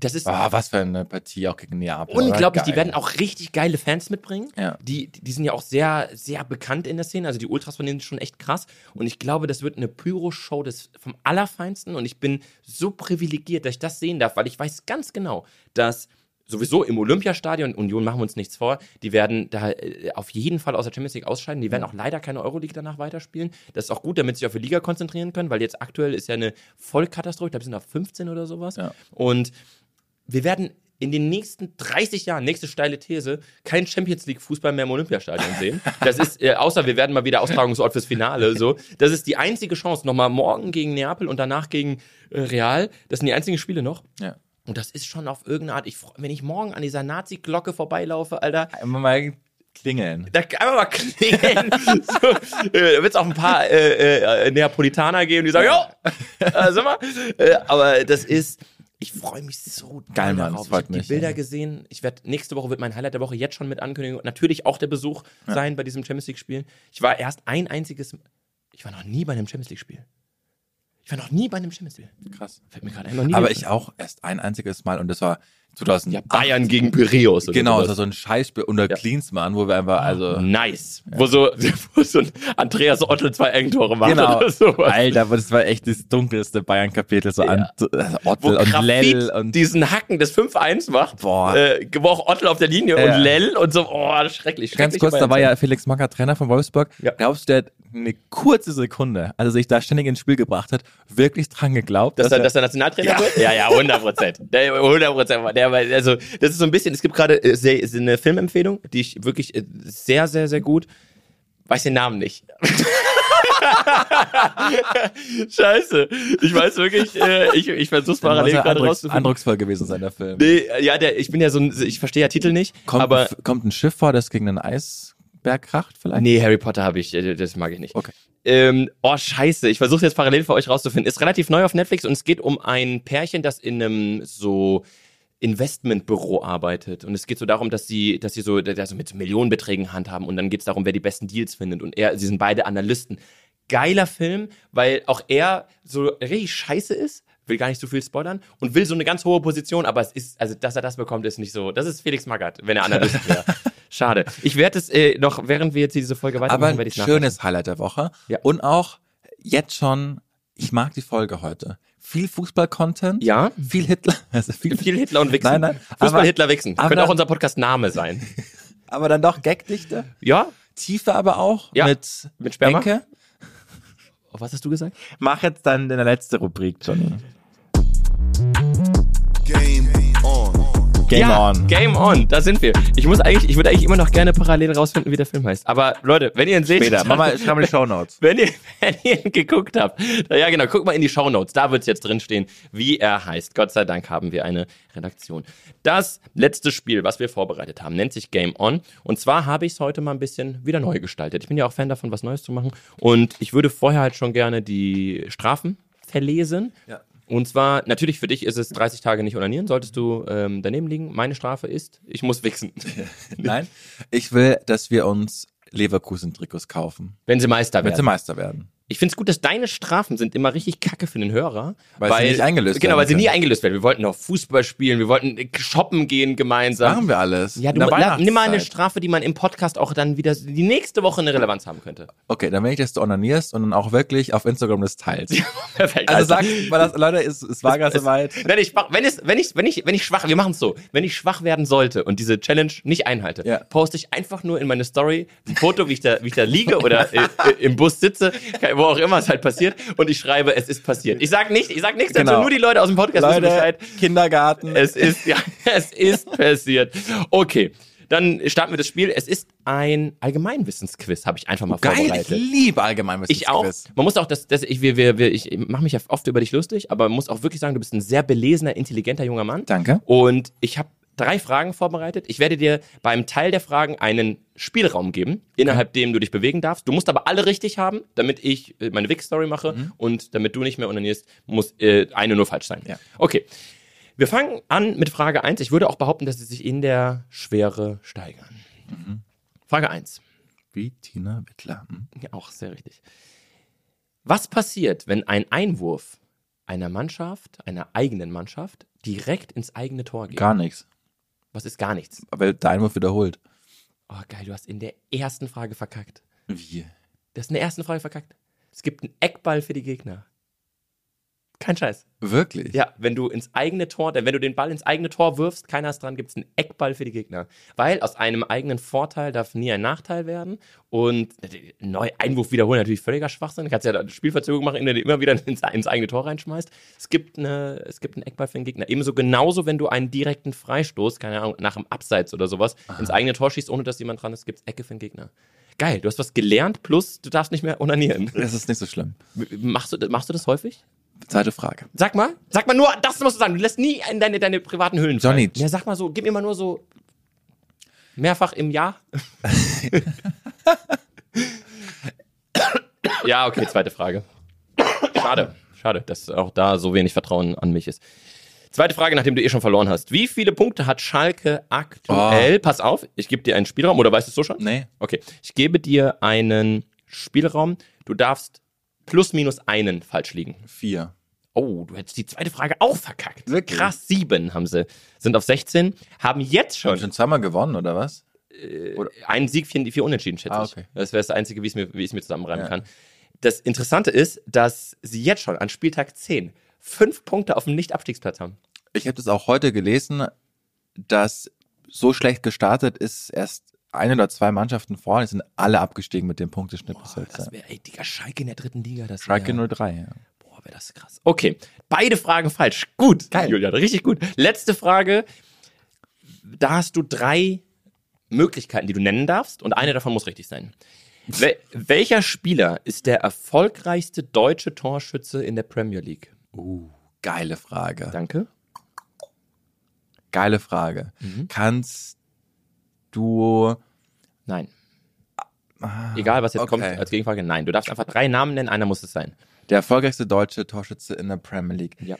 [SPEAKER 3] das ist
[SPEAKER 4] Ah, was für eine Partie auch gegen Neapel. oder?
[SPEAKER 3] unglaublich. Die
[SPEAKER 4] Geil.
[SPEAKER 3] werden auch richtig geile Fans mitbringen.
[SPEAKER 4] Ja.
[SPEAKER 3] Die, die sind ja auch sehr, sehr bekannt in der Szene. Also die Ultras von denen sind schon echt krass. Und ich glaube, das wird eine Pyro-Show des, vom Allerfeinsten. Und ich bin so privilegiert, dass ich das sehen darf, weil ich weiß ganz genau, dass sowieso im Olympiastadion, Union machen wir uns nichts vor, die werden da äh, auf jeden Fall aus der Champions League ausscheiden. Die werden auch leider keine Euroleague danach weiterspielen. Das ist auch gut, damit sie sich auf die Liga konzentrieren können, weil jetzt aktuell ist ja eine Vollkatastrophe. Ich glaube, sie sind auf 15 oder sowas.
[SPEAKER 4] Ja.
[SPEAKER 3] Und wir werden in den nächsten 30 Jahren, nächste steile These, kein Champions League Fußball mehr im Olympiastadion sehen. Das ist, äh, außer wir werden mal wieder Austragungsort fürs Finale, so. Das ist die einzige Chance. Nochmal morgen gegen Neapel und danach gegen äh, Real. Das sind die einzigen Spiele noch.
[SPEAKER 4] Ja.
[SPEAKER 3] Und das ist schon auf irgendeine Art. Ich, freu- wenn ich morgen an dieser Nazi-Glocke vorbeilaufe, Alter,
[SPEAKER 4] Einmal mal klingeln.
[SPEAKER 3] da kann man mal
[SPEAKER 4] [LAUGHS]
[SPEAKER 3] klingeln. so, äh, da wird es auch ein paar äh, äh, Neapolitaner geben, die sagen, jo, äh, sag mal. Äh, aber das ist, ich freue mich so doll
[SPEAKER 4] Geil, Mann,
[SPEAKER 3] darauf.
[SPEAKER 4] das freut
[SPEAKER 3] ich habe die
[SPEAKER 4] mich,
[SPEAKER 3] Bilder
[SPEAKER 4] ja.
[SPEAKER 3] gesehen. Ich werde nächste Woche wird mein Highlight der Woche jetzt schon mit ankündigen. Und natürlich auch der Besuch sein bei diesem Champions League Spiel. Ich war erst ein einziges, ich war noch nie bei einem Champions League Spiel. Ich war noch nie bei einem Champions League.
[SPEAKER 4] Krass.
[SPEAKER 3] Fällt mir gerade ein, noch nie.
[SPEAKER 4] Aber ich auch erst ein einziges Mal und das war
[SPEAKER 3] Ja,
[SPEAKER 4] 2008.
[SPEAKER 3] Bayern gegen Piraeus. oder
[SPEAKER 4] Genau,
[SPEAKER 3] sowas.
[SPEAKER 4] das war so ein Scheißspiel unter
[SPEAKER 3] Ja.
[SPEAKER 4] Klinsmann, wo wir einfach, also.
[SPEAKER 3] Nice. Wo, so, [LAUGHS] wo so ein Andreas Ottel zwei Engtore macht
[SPEAKER 4] Genau.
[SPEAKER 3] oder Ah, sowas.
[SPEAKER 4] Alter, das war echt das dunkelste Bayern-Kapitel. So an also
[SPEAKER 3] wo
[SPEAKER 4] Ottel und Lell
[SPEAKER 3] Grafit
[SPEAKER 4] und
[SPEAKER 3] diesen Hacken des 5-1 macht.
[SPEAKER 4] Boah.
[SPEAKER 3] Äh, wo auch Ottel auf der Linie
[SPEAKER 4] Ja.
[SPEAKER 3] und Lell und so. Oh, schrecklich.
[SPEAKER 4] Ganz
[SPEAKER 3] schreckliche
[SPEAKER 4] kurz, da
[SPEAKER 3] Bayern.
[SPEAKER 4] war ja Felix Macker Trainer von Wolfsburg.
[SPEAKER 3] Ja.
[SPEAKER 4] Glaubst du, der hat eine kurze Sekunde, als er sich da ständig ins Spiel gebracht hat, wirklich dran geglaubt?
[SPEAKER 3] Dass er, dass er Nationaltrainer
[SPEAKER 4] Ja.
[SPEAKER 3] wird? Ja, ja, 100
[SPEAKER 4] [LAUGHS]
[SPEAKER 3] Prozent. 100 Prozent. Der, war- also, das ist so ein bisschen, es gibt gerade äh, sehr- ist eine Filmempfehlung, die ich wirklich äh, sehr, sehr, sehr gut, weiß den Namen nicht. [LAUGHS] Scheiße. Ich weiß wirklich, äh, ich, ich versuch's
[SPEAKER 4] Dann muss
[SPEAKER 3] parallel
[SPEAKER 4] er
[SPEAKER 3] gerade
[SPEAKER 4] eindrucks-
[SPEAKER 3] rauszufinden.
[SPEAKER 4] eindrucksvoll gewesen sein, der Film.
[SPEAKER 3] Nee, äh, ja, der, ich bin ja so ein, ich verstehe ja Titel nicht,
[SPEAKER 4] kommt,
[SPEAKER 3] aber.
[SPEAKER 4] kommt ein Schiff vor, das gegen einen Eisberg kracht vielleicht?
[SPEAKER 3] Nee, Harry Potter habe ich, äh, das mag ich nicht.
[SPEAKER 4] Okay.
[SPEAKER 3] Ähm, oh, scheiße. Ich versuche jetzt parallel für euch rauszufinden. Ist relativ neu auf Netflix und es geht um ein Pärchen, das in einem so Investmentbüro arbeitet. Und es geht so darum, dass sie, dass sie so, dass sie mit Millionenbeträgen handhaben und dann geht es darum, wer die besten Deals findet. Und er, sie sind beide Analysten. Geiler Film, weil auch er so richtig scheiße ist, will gar nicht so viel spoilern und will so eine ganz hohe Position, aber es ist, also dass er das bekommt, ist nicht so. Das ist Felix Magath, wenn er Analyst
[SPEAKER 4] [LAUGHS]
[SPEAKER 3] wäre. Schade. Ich werde es äh, noch, während wir jetzt diese Folge
[SPEAKER 4] Aber
[SPEAKER 3] weitermachen, werde
[SPEAKER 4] ein
[SPEAKER 3] ich nachher.
[SPEAKER 4] schönes Highlight der Woche.
[SPEAKER 3] Ja.
[SPEAKER 4] Und auch jetzt schon, ich mag die Folge heute. Viel Fußball-Content.
[SPEAKER 3] Ja.
[SPEAKER 4] Viel Hitler. [LAUGHS] Also viel,
[SPEAKER 3] Viel Hitler und Wichsen.
[SPEAKER 4] Nein, nein. aber-
[SPEAKER 3] Fußball Hitler Wichsen.
[SPEAKER 4] aber-
[SPEAKER 3] Könnte auch unser Podcast Name sein.
[SPEAKER 4] Aber dann doch Gagdichte.
[SPEAKER 3] Ja?
[SPEAKER 4] Tiefe aber auch.
[SPEAKER 3] Ja.
[SPEAKER 4] Mit,
[SPEAKER 3] Mit Sperma?
[SPEAKER 4] Enke.
[SPEAKER 3] Oh, was hast du gesagt?
[SPEAKER 4] Mach jetzt dann deine letzte Rubrik, Johnny.
[SPEAKER 1] Game on.
[SPEAKER 4] Game
[SPEAKER 3] ja,
[SPEAKER 4] on.
[SPEAKER 3] Game on, da sind wir. Ich muss eigentlich, ich würde eigentlich immer noch gerne parallel rausfinden, wie der Film heißt. Aber Leute, wenn ihr ihn seht,
[SPEAKER 4] Später.
[SPEAKER 3] dann-
[SPEAKER 4] Mach mal, schreib mal die Shownotes.
[SPEAKER 3] wenn ihr, [LAUGHS] wenn ihr ihn geguckt habt. Ja, genau, guck mal in die Shownotes, da wird es jetzt drinstehen, wie er heißt. Gott sei Dank haben wir eine Redaktion. Das letzte Spiel, was wir vorbereitet haben, nennt sich Game On. Und zwar habe ich es heute mal ein bisschen wieder neu gestaltet. Ich bin ja auch Fan davon, was Neues zu machen. Und ich würde vorher halt schon gerne die Strafen verlesen.
[SPEAKER 4] Ja.
[SPEAKER 3] Und zwar, natürlich für dich ist es 30 Tage nicht onanieren, solltest du ähm, daneben liegen. Meine Strafe ist, ich muss wichsen.
[SPEAKER 4] [LAUGHS] Nein. Ich will, dass wir uns Leverkusen-Trikots kaufen.
[SPEAKER 3] Wenn sie Meister
[SPEAKER 4] Damit
[SPEAKER 3] werden.
[SPEAKER 4] sie Meister werden.
[SPEAKER 3] Ich find's gut, dass deine Strafen sind immer richtig kacke für den Hörer.
[SPEAKER 4] Weil sie nicht eingelöst
[SPEAKER 3] Genau,
[SPEAKER 4] werden
[SPEAKER 3] weil sie
[SPEAKER 4] können.
[SPEAKER 3] nie eingelöst werden. Wir wollten noch Fußball spielen, wir wollten äh, shoppen gehen gemeinsam.
[SPEAKER 4] Machen wir alles.
[SPEAKER 3] Ja,
[SPEAKER 4] In
[SPEAKER 3] du
[SPEAKER 4] der
[SPEAKER 3] la, nimm mal eine
[SPEAKER 4] Weihnachtszeit.
[SPEAKER 3] Strafe, die man im Podcast auch dann wieder die nächste Woche eine Relevanz haben könnte.
[SPEAKER 4] Okay, dann will ich, dass du onanierst und dann auch wirklich auf Instagram das [LAUGHS] teilst.
[SPEAKER 3] Perfekt.
[SPEAKER 4] Also sag, weil das, Leute, es, es
[SPEAKER 3] [LAUGHS]
[SPEAKER 4] war gerade soweit.
[SPEAKER 3] Nein, ich, mach- wenn, es, wenn, ich, wenn, ich, wenn ich schwach, wir machen es so, wenn ich schwach werden sollte und diese Challenge nicht einhalte,
[SPEAKER 4] Ja.
[SPEAKER 3] poste ich einfach nur in meine Story ein Foto, wie ich da, wie ich da liege oder äh, äh, im Bus sitze, wo auch immer es halt passiert und ich schreibe, es ist passiert. Ich sag nicht, ich sag nichts dazu,
[SPEAKER 4] Genau.
[SPEAKER 3] nur die Leute aus dem Podcast wissen
[SPEAKER 4] Leute,
[SPEAKER 3] Bescheid.
[SPEAKER 4] Kindergarten.
[SPEAKER 3] Es ist, ja, [LAUGHS] es ist passiert. Okay, dann starten wir das Spiel. Es ist ein Allgemeinwissensquiz, habe ich einfach mal
[SPEAKER 4] Geil, ich
[SPEAKER 3] vorbereitet.
[SPEAKER 4] liebe Allgemeinwissen.
[SPEAKER 3] Ich auch. Man muss auch, das, das, ich, wir, wir, wir, ich mache mich ja oft über dich lustig, aber man muss auch wirklich sagen, du bist ein sehr belesener, intelligenter junger Mann.
[SPEAKER 4] Danke.
[SPEAKER 3] Und ich habe drei Fragen vorbereitet. Ich werde dir beim Teil der Fragen einen Spielraum geben, innerhalb dem du dich bewegen darfst. Du musst aber alle richtig haben, damit ich äh, meine Wix-Story mache
[SPEAKER 4] Mhm.
[SPEAKER 3] und damit du nicht mehr unanierst, muss äh, eine nur falsch sein.
[SPEAKER 4] Ja.
[SPEAKER 3] Okay. Wir fangen an mit Frage 1. Ich würde auch behaupten, dass sie sich in der Schwere steigern.
[SPEAKER 4] Mhm.
[SPEAKER 3] Frage 1.
[SPEAKER 4] Wie Tina Wittler. Hm.
[SPEAKER 3] Ja, auch sehr richtig. Was passiert, wenn ein Einwurf einer Mannschaft, einer eigenen Mannschaft, direkt ins eigene Tor geht?
[SPEAKER 4] Gar nichts.
[SPEAKER 3] Was ist gar nichts?
[SPEAKER 4] Aber der Einwurf wiederholt.
[SPEAKER 3] Oh, geil, du hast in der ersten Frage verkackt.
[SPEAKER 4] Wie?
[SPEAKER 3] Du hast in der ersten Frage verkackt. Es gibt einen Eckball für die Gegner. Kein Scheiß.
[SPEAKER 4] Wirklich?
[SPEAKER 3] Ja, wenn du ins eigene Tor, denn wenn du den Ball ins eigene Tor wirfst, keiner ist dran, gibt es einen Eckball für die Gegner. Weil aus einem eigenen Vorteil darf nie ein Nachteil werden. Und äh, neu Einwurf wiederholen natürlich völliger Schwachsinn. Du kannst ja da eine Spielverzögerung machen, indem du immer wieder [LAUGHS] ins, ins eigene Tor reinschmeißt. Es gibt, eine, es gibt einen Eckball für den Gegner. Ebenso genauso, wenn du einen direkten Freistoß, keine Ahnung, nach dem Abseits oder sowas, ins eigene Tor schießt, ohne dass jemand dran ist, gibt es Ecke für den Gegner. Geil, du hast was gelernt, plus du darfst nicht mehr onanieren.
[SPEAKER 4] Das ist nicht so schlimm.
[SPEAKER 3] Machst du, machst du das häufig?
[SPEAKER 4] Zweite Frage.
[SPEAKER 3] Sag mal, sag mal nur, das musst du sagen. Du lässt nie in deine, deine privaten Höhlen fallen.
[SPEAKER 4] Johnny.
[SPEAKER 3] Ja, sag mal so, gib mir mal nur so mehrfach im Jahr. [LAUGHS] ja, okay, zweite Frage. Schade, schade, dass auch da so wenig Vertrauen an mich ist. Zweite Frage, nachdem du eh schon verloren hast. Wie viele Punkte hat Schalke aktuell? Pass auf, ich gebe dir einen Spielraum, oder weißt du es so schon?
[SPEAKER 4] Nee.
[SPEAKER 3] Okay, ich gebe dir einen Spielraum. Du darfst plus minus einen falsch liegen.
[SPEAKER 4] Vier.
[SPEAKER 3] Oh, du hättest die zweite Frage auch verkackt.
[SPEAKER 4] Wirklich?
[SPEAKER 3] Krass, sieben haben sie. Sind auf 16, haben jetzt
[SPEAKER 4] Haben
[SPEAKER 3] schon
[SPEAKER 4] schon zweimal gewonnen, oder was?
[SPEAKER 3] einen Sieg, vier, vier Unentschieden, schätze
[SPEAKER 4] Ah,
[SPEAKER 3] ich.
[SPEAKER 4] okay.
[SPEAKER 3] Das wäre das Einzige, wie ich es mir, wie ich's mir zusammenreimen
[SPEAKER 4] Ja.
[SPEAKER 3] kann. Das Interessante ist, dass sie jetzt schon an Spieltag 10 fünf Punkte auf dem Nicht-Abstiegsplatz haben.
[SPEAKER 4] Ich habe das auch heute gelesen, dass so schlecht gestartet ist, erst ein oder zwei Mannschaften vorne, es sind alle abgestiegen mit dem Punkteschnitt bis jetzt. ja.
[SPEAKER 3] Das wäre, ey, Digga, Schalke in der dritten Liga. Das
[SPEAKER 4] Schalke
[SPEAKER 3] wär,
[SPEAKER 4] 03. Ja.
[SPEAKER 3] Boah, wäre das krass. Okay, beide Fragen falsch. Gut,
[SPEAKER 4] Geil.
[SPEAKER 3] Julian, richtig gut. Letzte Frage. Da hast du drei Möglichkeiten, die du nennen darfst und eine davon muss richtig sein. Wel welcher Spieler ist der erfolgreichste deutsche Torschütze in der Premier League?
[SPEAKER 4] Geile Frage.
[SPEAKER 3] Danke.
[SPEAKER 4] Geile Frage. Kannst du
[SPEAKER 3] Nein. Egal, was jetzt
[SPEAKER 4] Ah, okay.
[SPEAKER 3] kommt als Gegenfrage, nein. Du darfst einfach drei Namen nennen, einer muss es sein.
[SPEAKER 4] der erfolgreichste deutsche Torschütze in der Premier League?
[SPEAKER 3] Ja.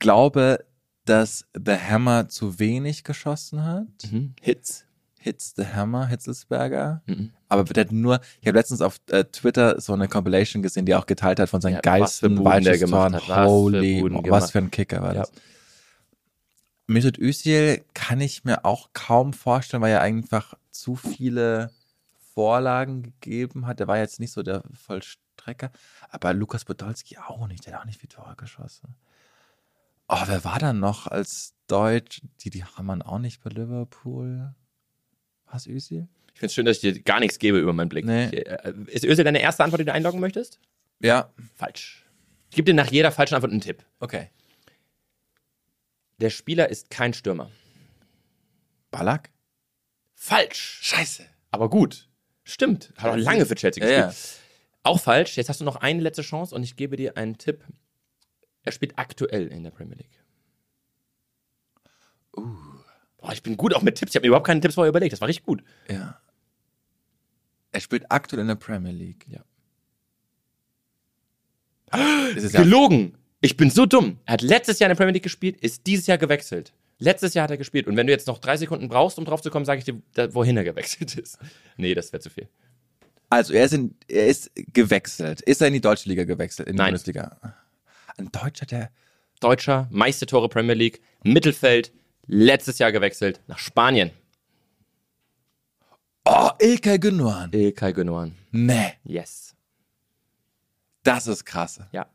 [SPEAKER 4] Glaube, dass The Hammer zu wenig geschossen hat.
[SPEAKER 3] Hits.
[SPEAKER 4] Hits the Hammer, Hitzelsberger. Aber der hat nur, ich habe letztens auf äh, Twitter so eine Compilation gesehen, die er auch geteilt hat von seinen
[SPEAKER 3] Ja, was für
[SPEAKER 4] geilsten
[SPEAKER 3] Buden der gemacht
[SPEAKER 4] Ballschusszoren.
[SPEAKER 3] hat, was für
[SPEAKER 4] Holy,
[SPEAKER 3] Buden
[SPEAKER 4] was,
[SPEAKER 3] gemacht.
[SPEAKER 4] für ein Kicker war
[SPEAKER 3] Ja.
[SPEAKER 4] das. Mesut Özil kann ich mir auch kaum vorstellen, weil er einfach zu viele Vorlagen gegeben hat. Der war jetzt nicht so der Vollstrecker. Aber Lukas Podolski auch nicht. Der hat auch nicht viel Tore geschossen. Oh, wer war dann noch als Deutsch? Die, die Hammern auch nicht bei Liverpool. Was, Özil?
[SPEAKER 3] Ich finde es schön, dass ich dir gar nichts gebe über meinen Blick.
[SPEAKER 4] Nee.
[SPEAKER 3] Ich, äh, Ist Özil deine erste Antwort, die du einloggen möchtest?
[SPEAKER 4] Ja.
[SPEAKER 3] Falsch. Ich gebe dir nach jeder falschen Antwort einen Tipp.
[SPEAKER 4] Okay.
[SPEAKER 3] Der Spieler ist kein Stürmer.
[SPEAKER 4] Ballack?
[SPEAKER 3] Falsch.
[SPEAKER 4] Scheiße.
[SPEAKER 3] Aber gut. Stimmt. Hat auch lange für Chelsea
[SPEAKER 4] Ja,
[SPEAKER 3] gespielt.
[SPEAKER 4] ja.
[SPEAKER 3] Auch falsch. Jetzt hast du noch eine letzte Chance und ich gebe dir einen Tipp. Er spielt aktuell in der Premier League.
[SPEAKER 4] Uh.
[SPEAKER 3] Boah, ich bin gut auch mit Tipps. Ich habe mir überhaupt keine Tipps vorher überlegt. Das war richtig gut.
[SPEAKER 4] Ja. Er spielt aktuell in der Premier League.
[SPEAKER 3] Ja.
[SPEAKER 4] Das ist ja
[SPEAKER 3] Gelogen. Ich bin so dumm. Er hat letztes Jahr in der Premier League gespielt, ist dieses Jahr gewechselt. Letztes Jahr hat er gespielt. Und wenn du jetzt noch drei Sekunden brauchst, um drauf zu kommen, sage ich dir, da, wohin er gewechselt ist. Nee, das wäre zu viel.
[SPEAKER 4] also er ist, in, er ist gewechselt. Ist er in die deutsche Liga gewechselt? In die
[SPEAKER 3] Nein.
[SPEAKER 4] Bundesliga. Ein Deutscher, der.
[SPEAKER 3] Deutscher, meiste Tore Premier League, Mittelfeld, letztes Jahr gewechselt nach Spanien.
[SPEAKER 4] Oh, Ilkay Gündogan.
[SPEAKER 3] Ilkay Gündogan.
[SPEAKER 4] Nee,
[SPEAKER 3] Yes.
[SPEAKER 4] das ist krass.
[SPEAKER 3] Ja.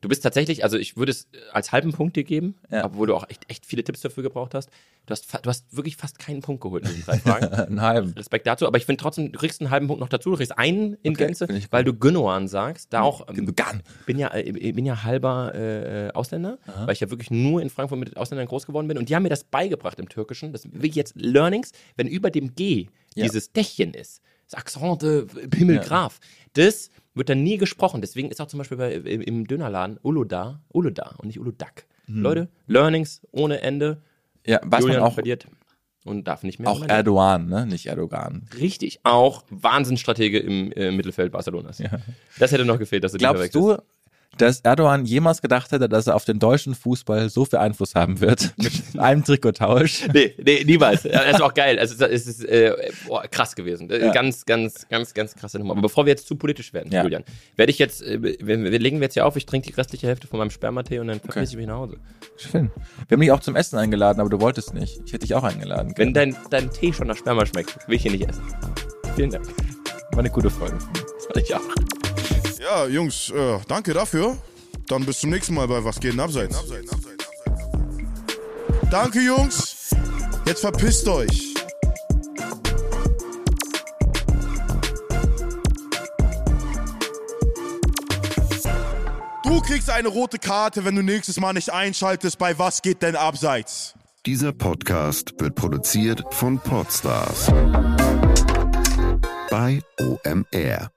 [SPEAKER 3] Du bist tatsächlich, also ich würde es als halben Punkt dir geben,
[SPEAKER 4] Ja.
[SPEAKER 3] obwohl du auch echt, echt viele Tipps dafür gebraucht hast. Du hast, fa- du hast wirklich fast keinen Punkt geholt in diesen drei Fragen.
[SPEAKER 4] Einen halben.
[SPEAKER 3] Respekt dazu, aber ich finde trotzdem, du kriegst einen halben Punkt noch dazu, du kriegst einen in
[SPEAKER 4] Okay,
[SPEAKER 3] Gänze,
[SPEAKER 4] finde ich gut.
[SPEAKER 3] weil du Gündogan sagst, da auch, ähm,
[SPEAKER 4] Gundogan.
[SPEAKER 3] bin ja, äh, bin ja halber äh, äh, Ausländer, weil ich ja wirklich nur in Frankfurt mit Ausländern groß geworden bin und die haben mir das beigebracht im Türkischen, das will ich jetzt Learnings, wenn über dem G
[SPEAKER 4] Ja.
[SPEAKER 3] dieses Dächchen ist, das Accent de Himmelgraf, das wird dann nie gesprochen, deswegen ist auch zum Beispiel bei, im, im Dönerladen Uludar, Uludar und nicht Uludak. Leute, Learnings ohne Ende,
[SPEAKER 4] Ja, Hm. was
[SPEAKER 3] Julian
[SPEAKER 4] man auch.
[SPEAKER 3] verliert und darf nicht mehr.
[SPEAKER 4] Auch
[SPEAKER 3] Mein-
[SPEAKER 4] Erdogan, ne? Nicht Erdogan.
[SPEAKER 3] Richtig, auch Wahnsinnsstratege im äh, Mittelfeld Barcelonas. Das hätte noch gefehlt, dass du die
[SPEAKER 4] Glaubst
[SPEAKER 3] verwechselst.
[SPEAKER 4] du, dass Erdogan jemals gedacht hätte, dass er auf den deutschen Fußball so viel Einfluss haben
[SPEAKER 3] [LAUGHS]
[SPEAKER 4] wird? Mit einem Trikottausch?
[SPEAKER 3] Nee, nee, niemals. Ja, Das ist auch geil. Also, es ist äh, boah, krass gewesen. Äh,
[SPEAKER 4] Ja.
[SPEAKER 3] Ganz, ganz, ganz, ganz krasse Nummer. Aber bevor wir jetzt zu politisch werden,
[SPEAKER 4] Ja.
[SPEAKER 3] Julian, werde ich jetzt, äh, wir, wir legen wir jetzt hier auf, ich trinke die restliche Hälfte von meinem Spermatee und dann verpiss ich mich nach Hause.
[SPEAKER 4] Schön. Wir haben dich auch zum Essen eingeladen, aber du wolltest nicht. Ich hätte dich auch eingeladen.
[SPEAKER 3] Wenn dein, dein Tee schon nach Sperma schmeckt, will ich ihn nicht essen. Vielen Dank.
[SPEAKER 4] War eine gute Folge.
[SPEAKER 3] Das fand ich auch.
[SPEAKER 1] Ja, Jungs, äh, danke dafür. Dann bis zum nächsten Mal bei Was geht denn abseits? Danke, Jungs. Jetzt verpisst euch. Du kriegst eine rote Karte, wenn du nächstes Mal nicht einschaltest bei Was geht denn abseits?
[SPEAKER 6] Dieser Podcast wird produziert von Podstars bei OMR.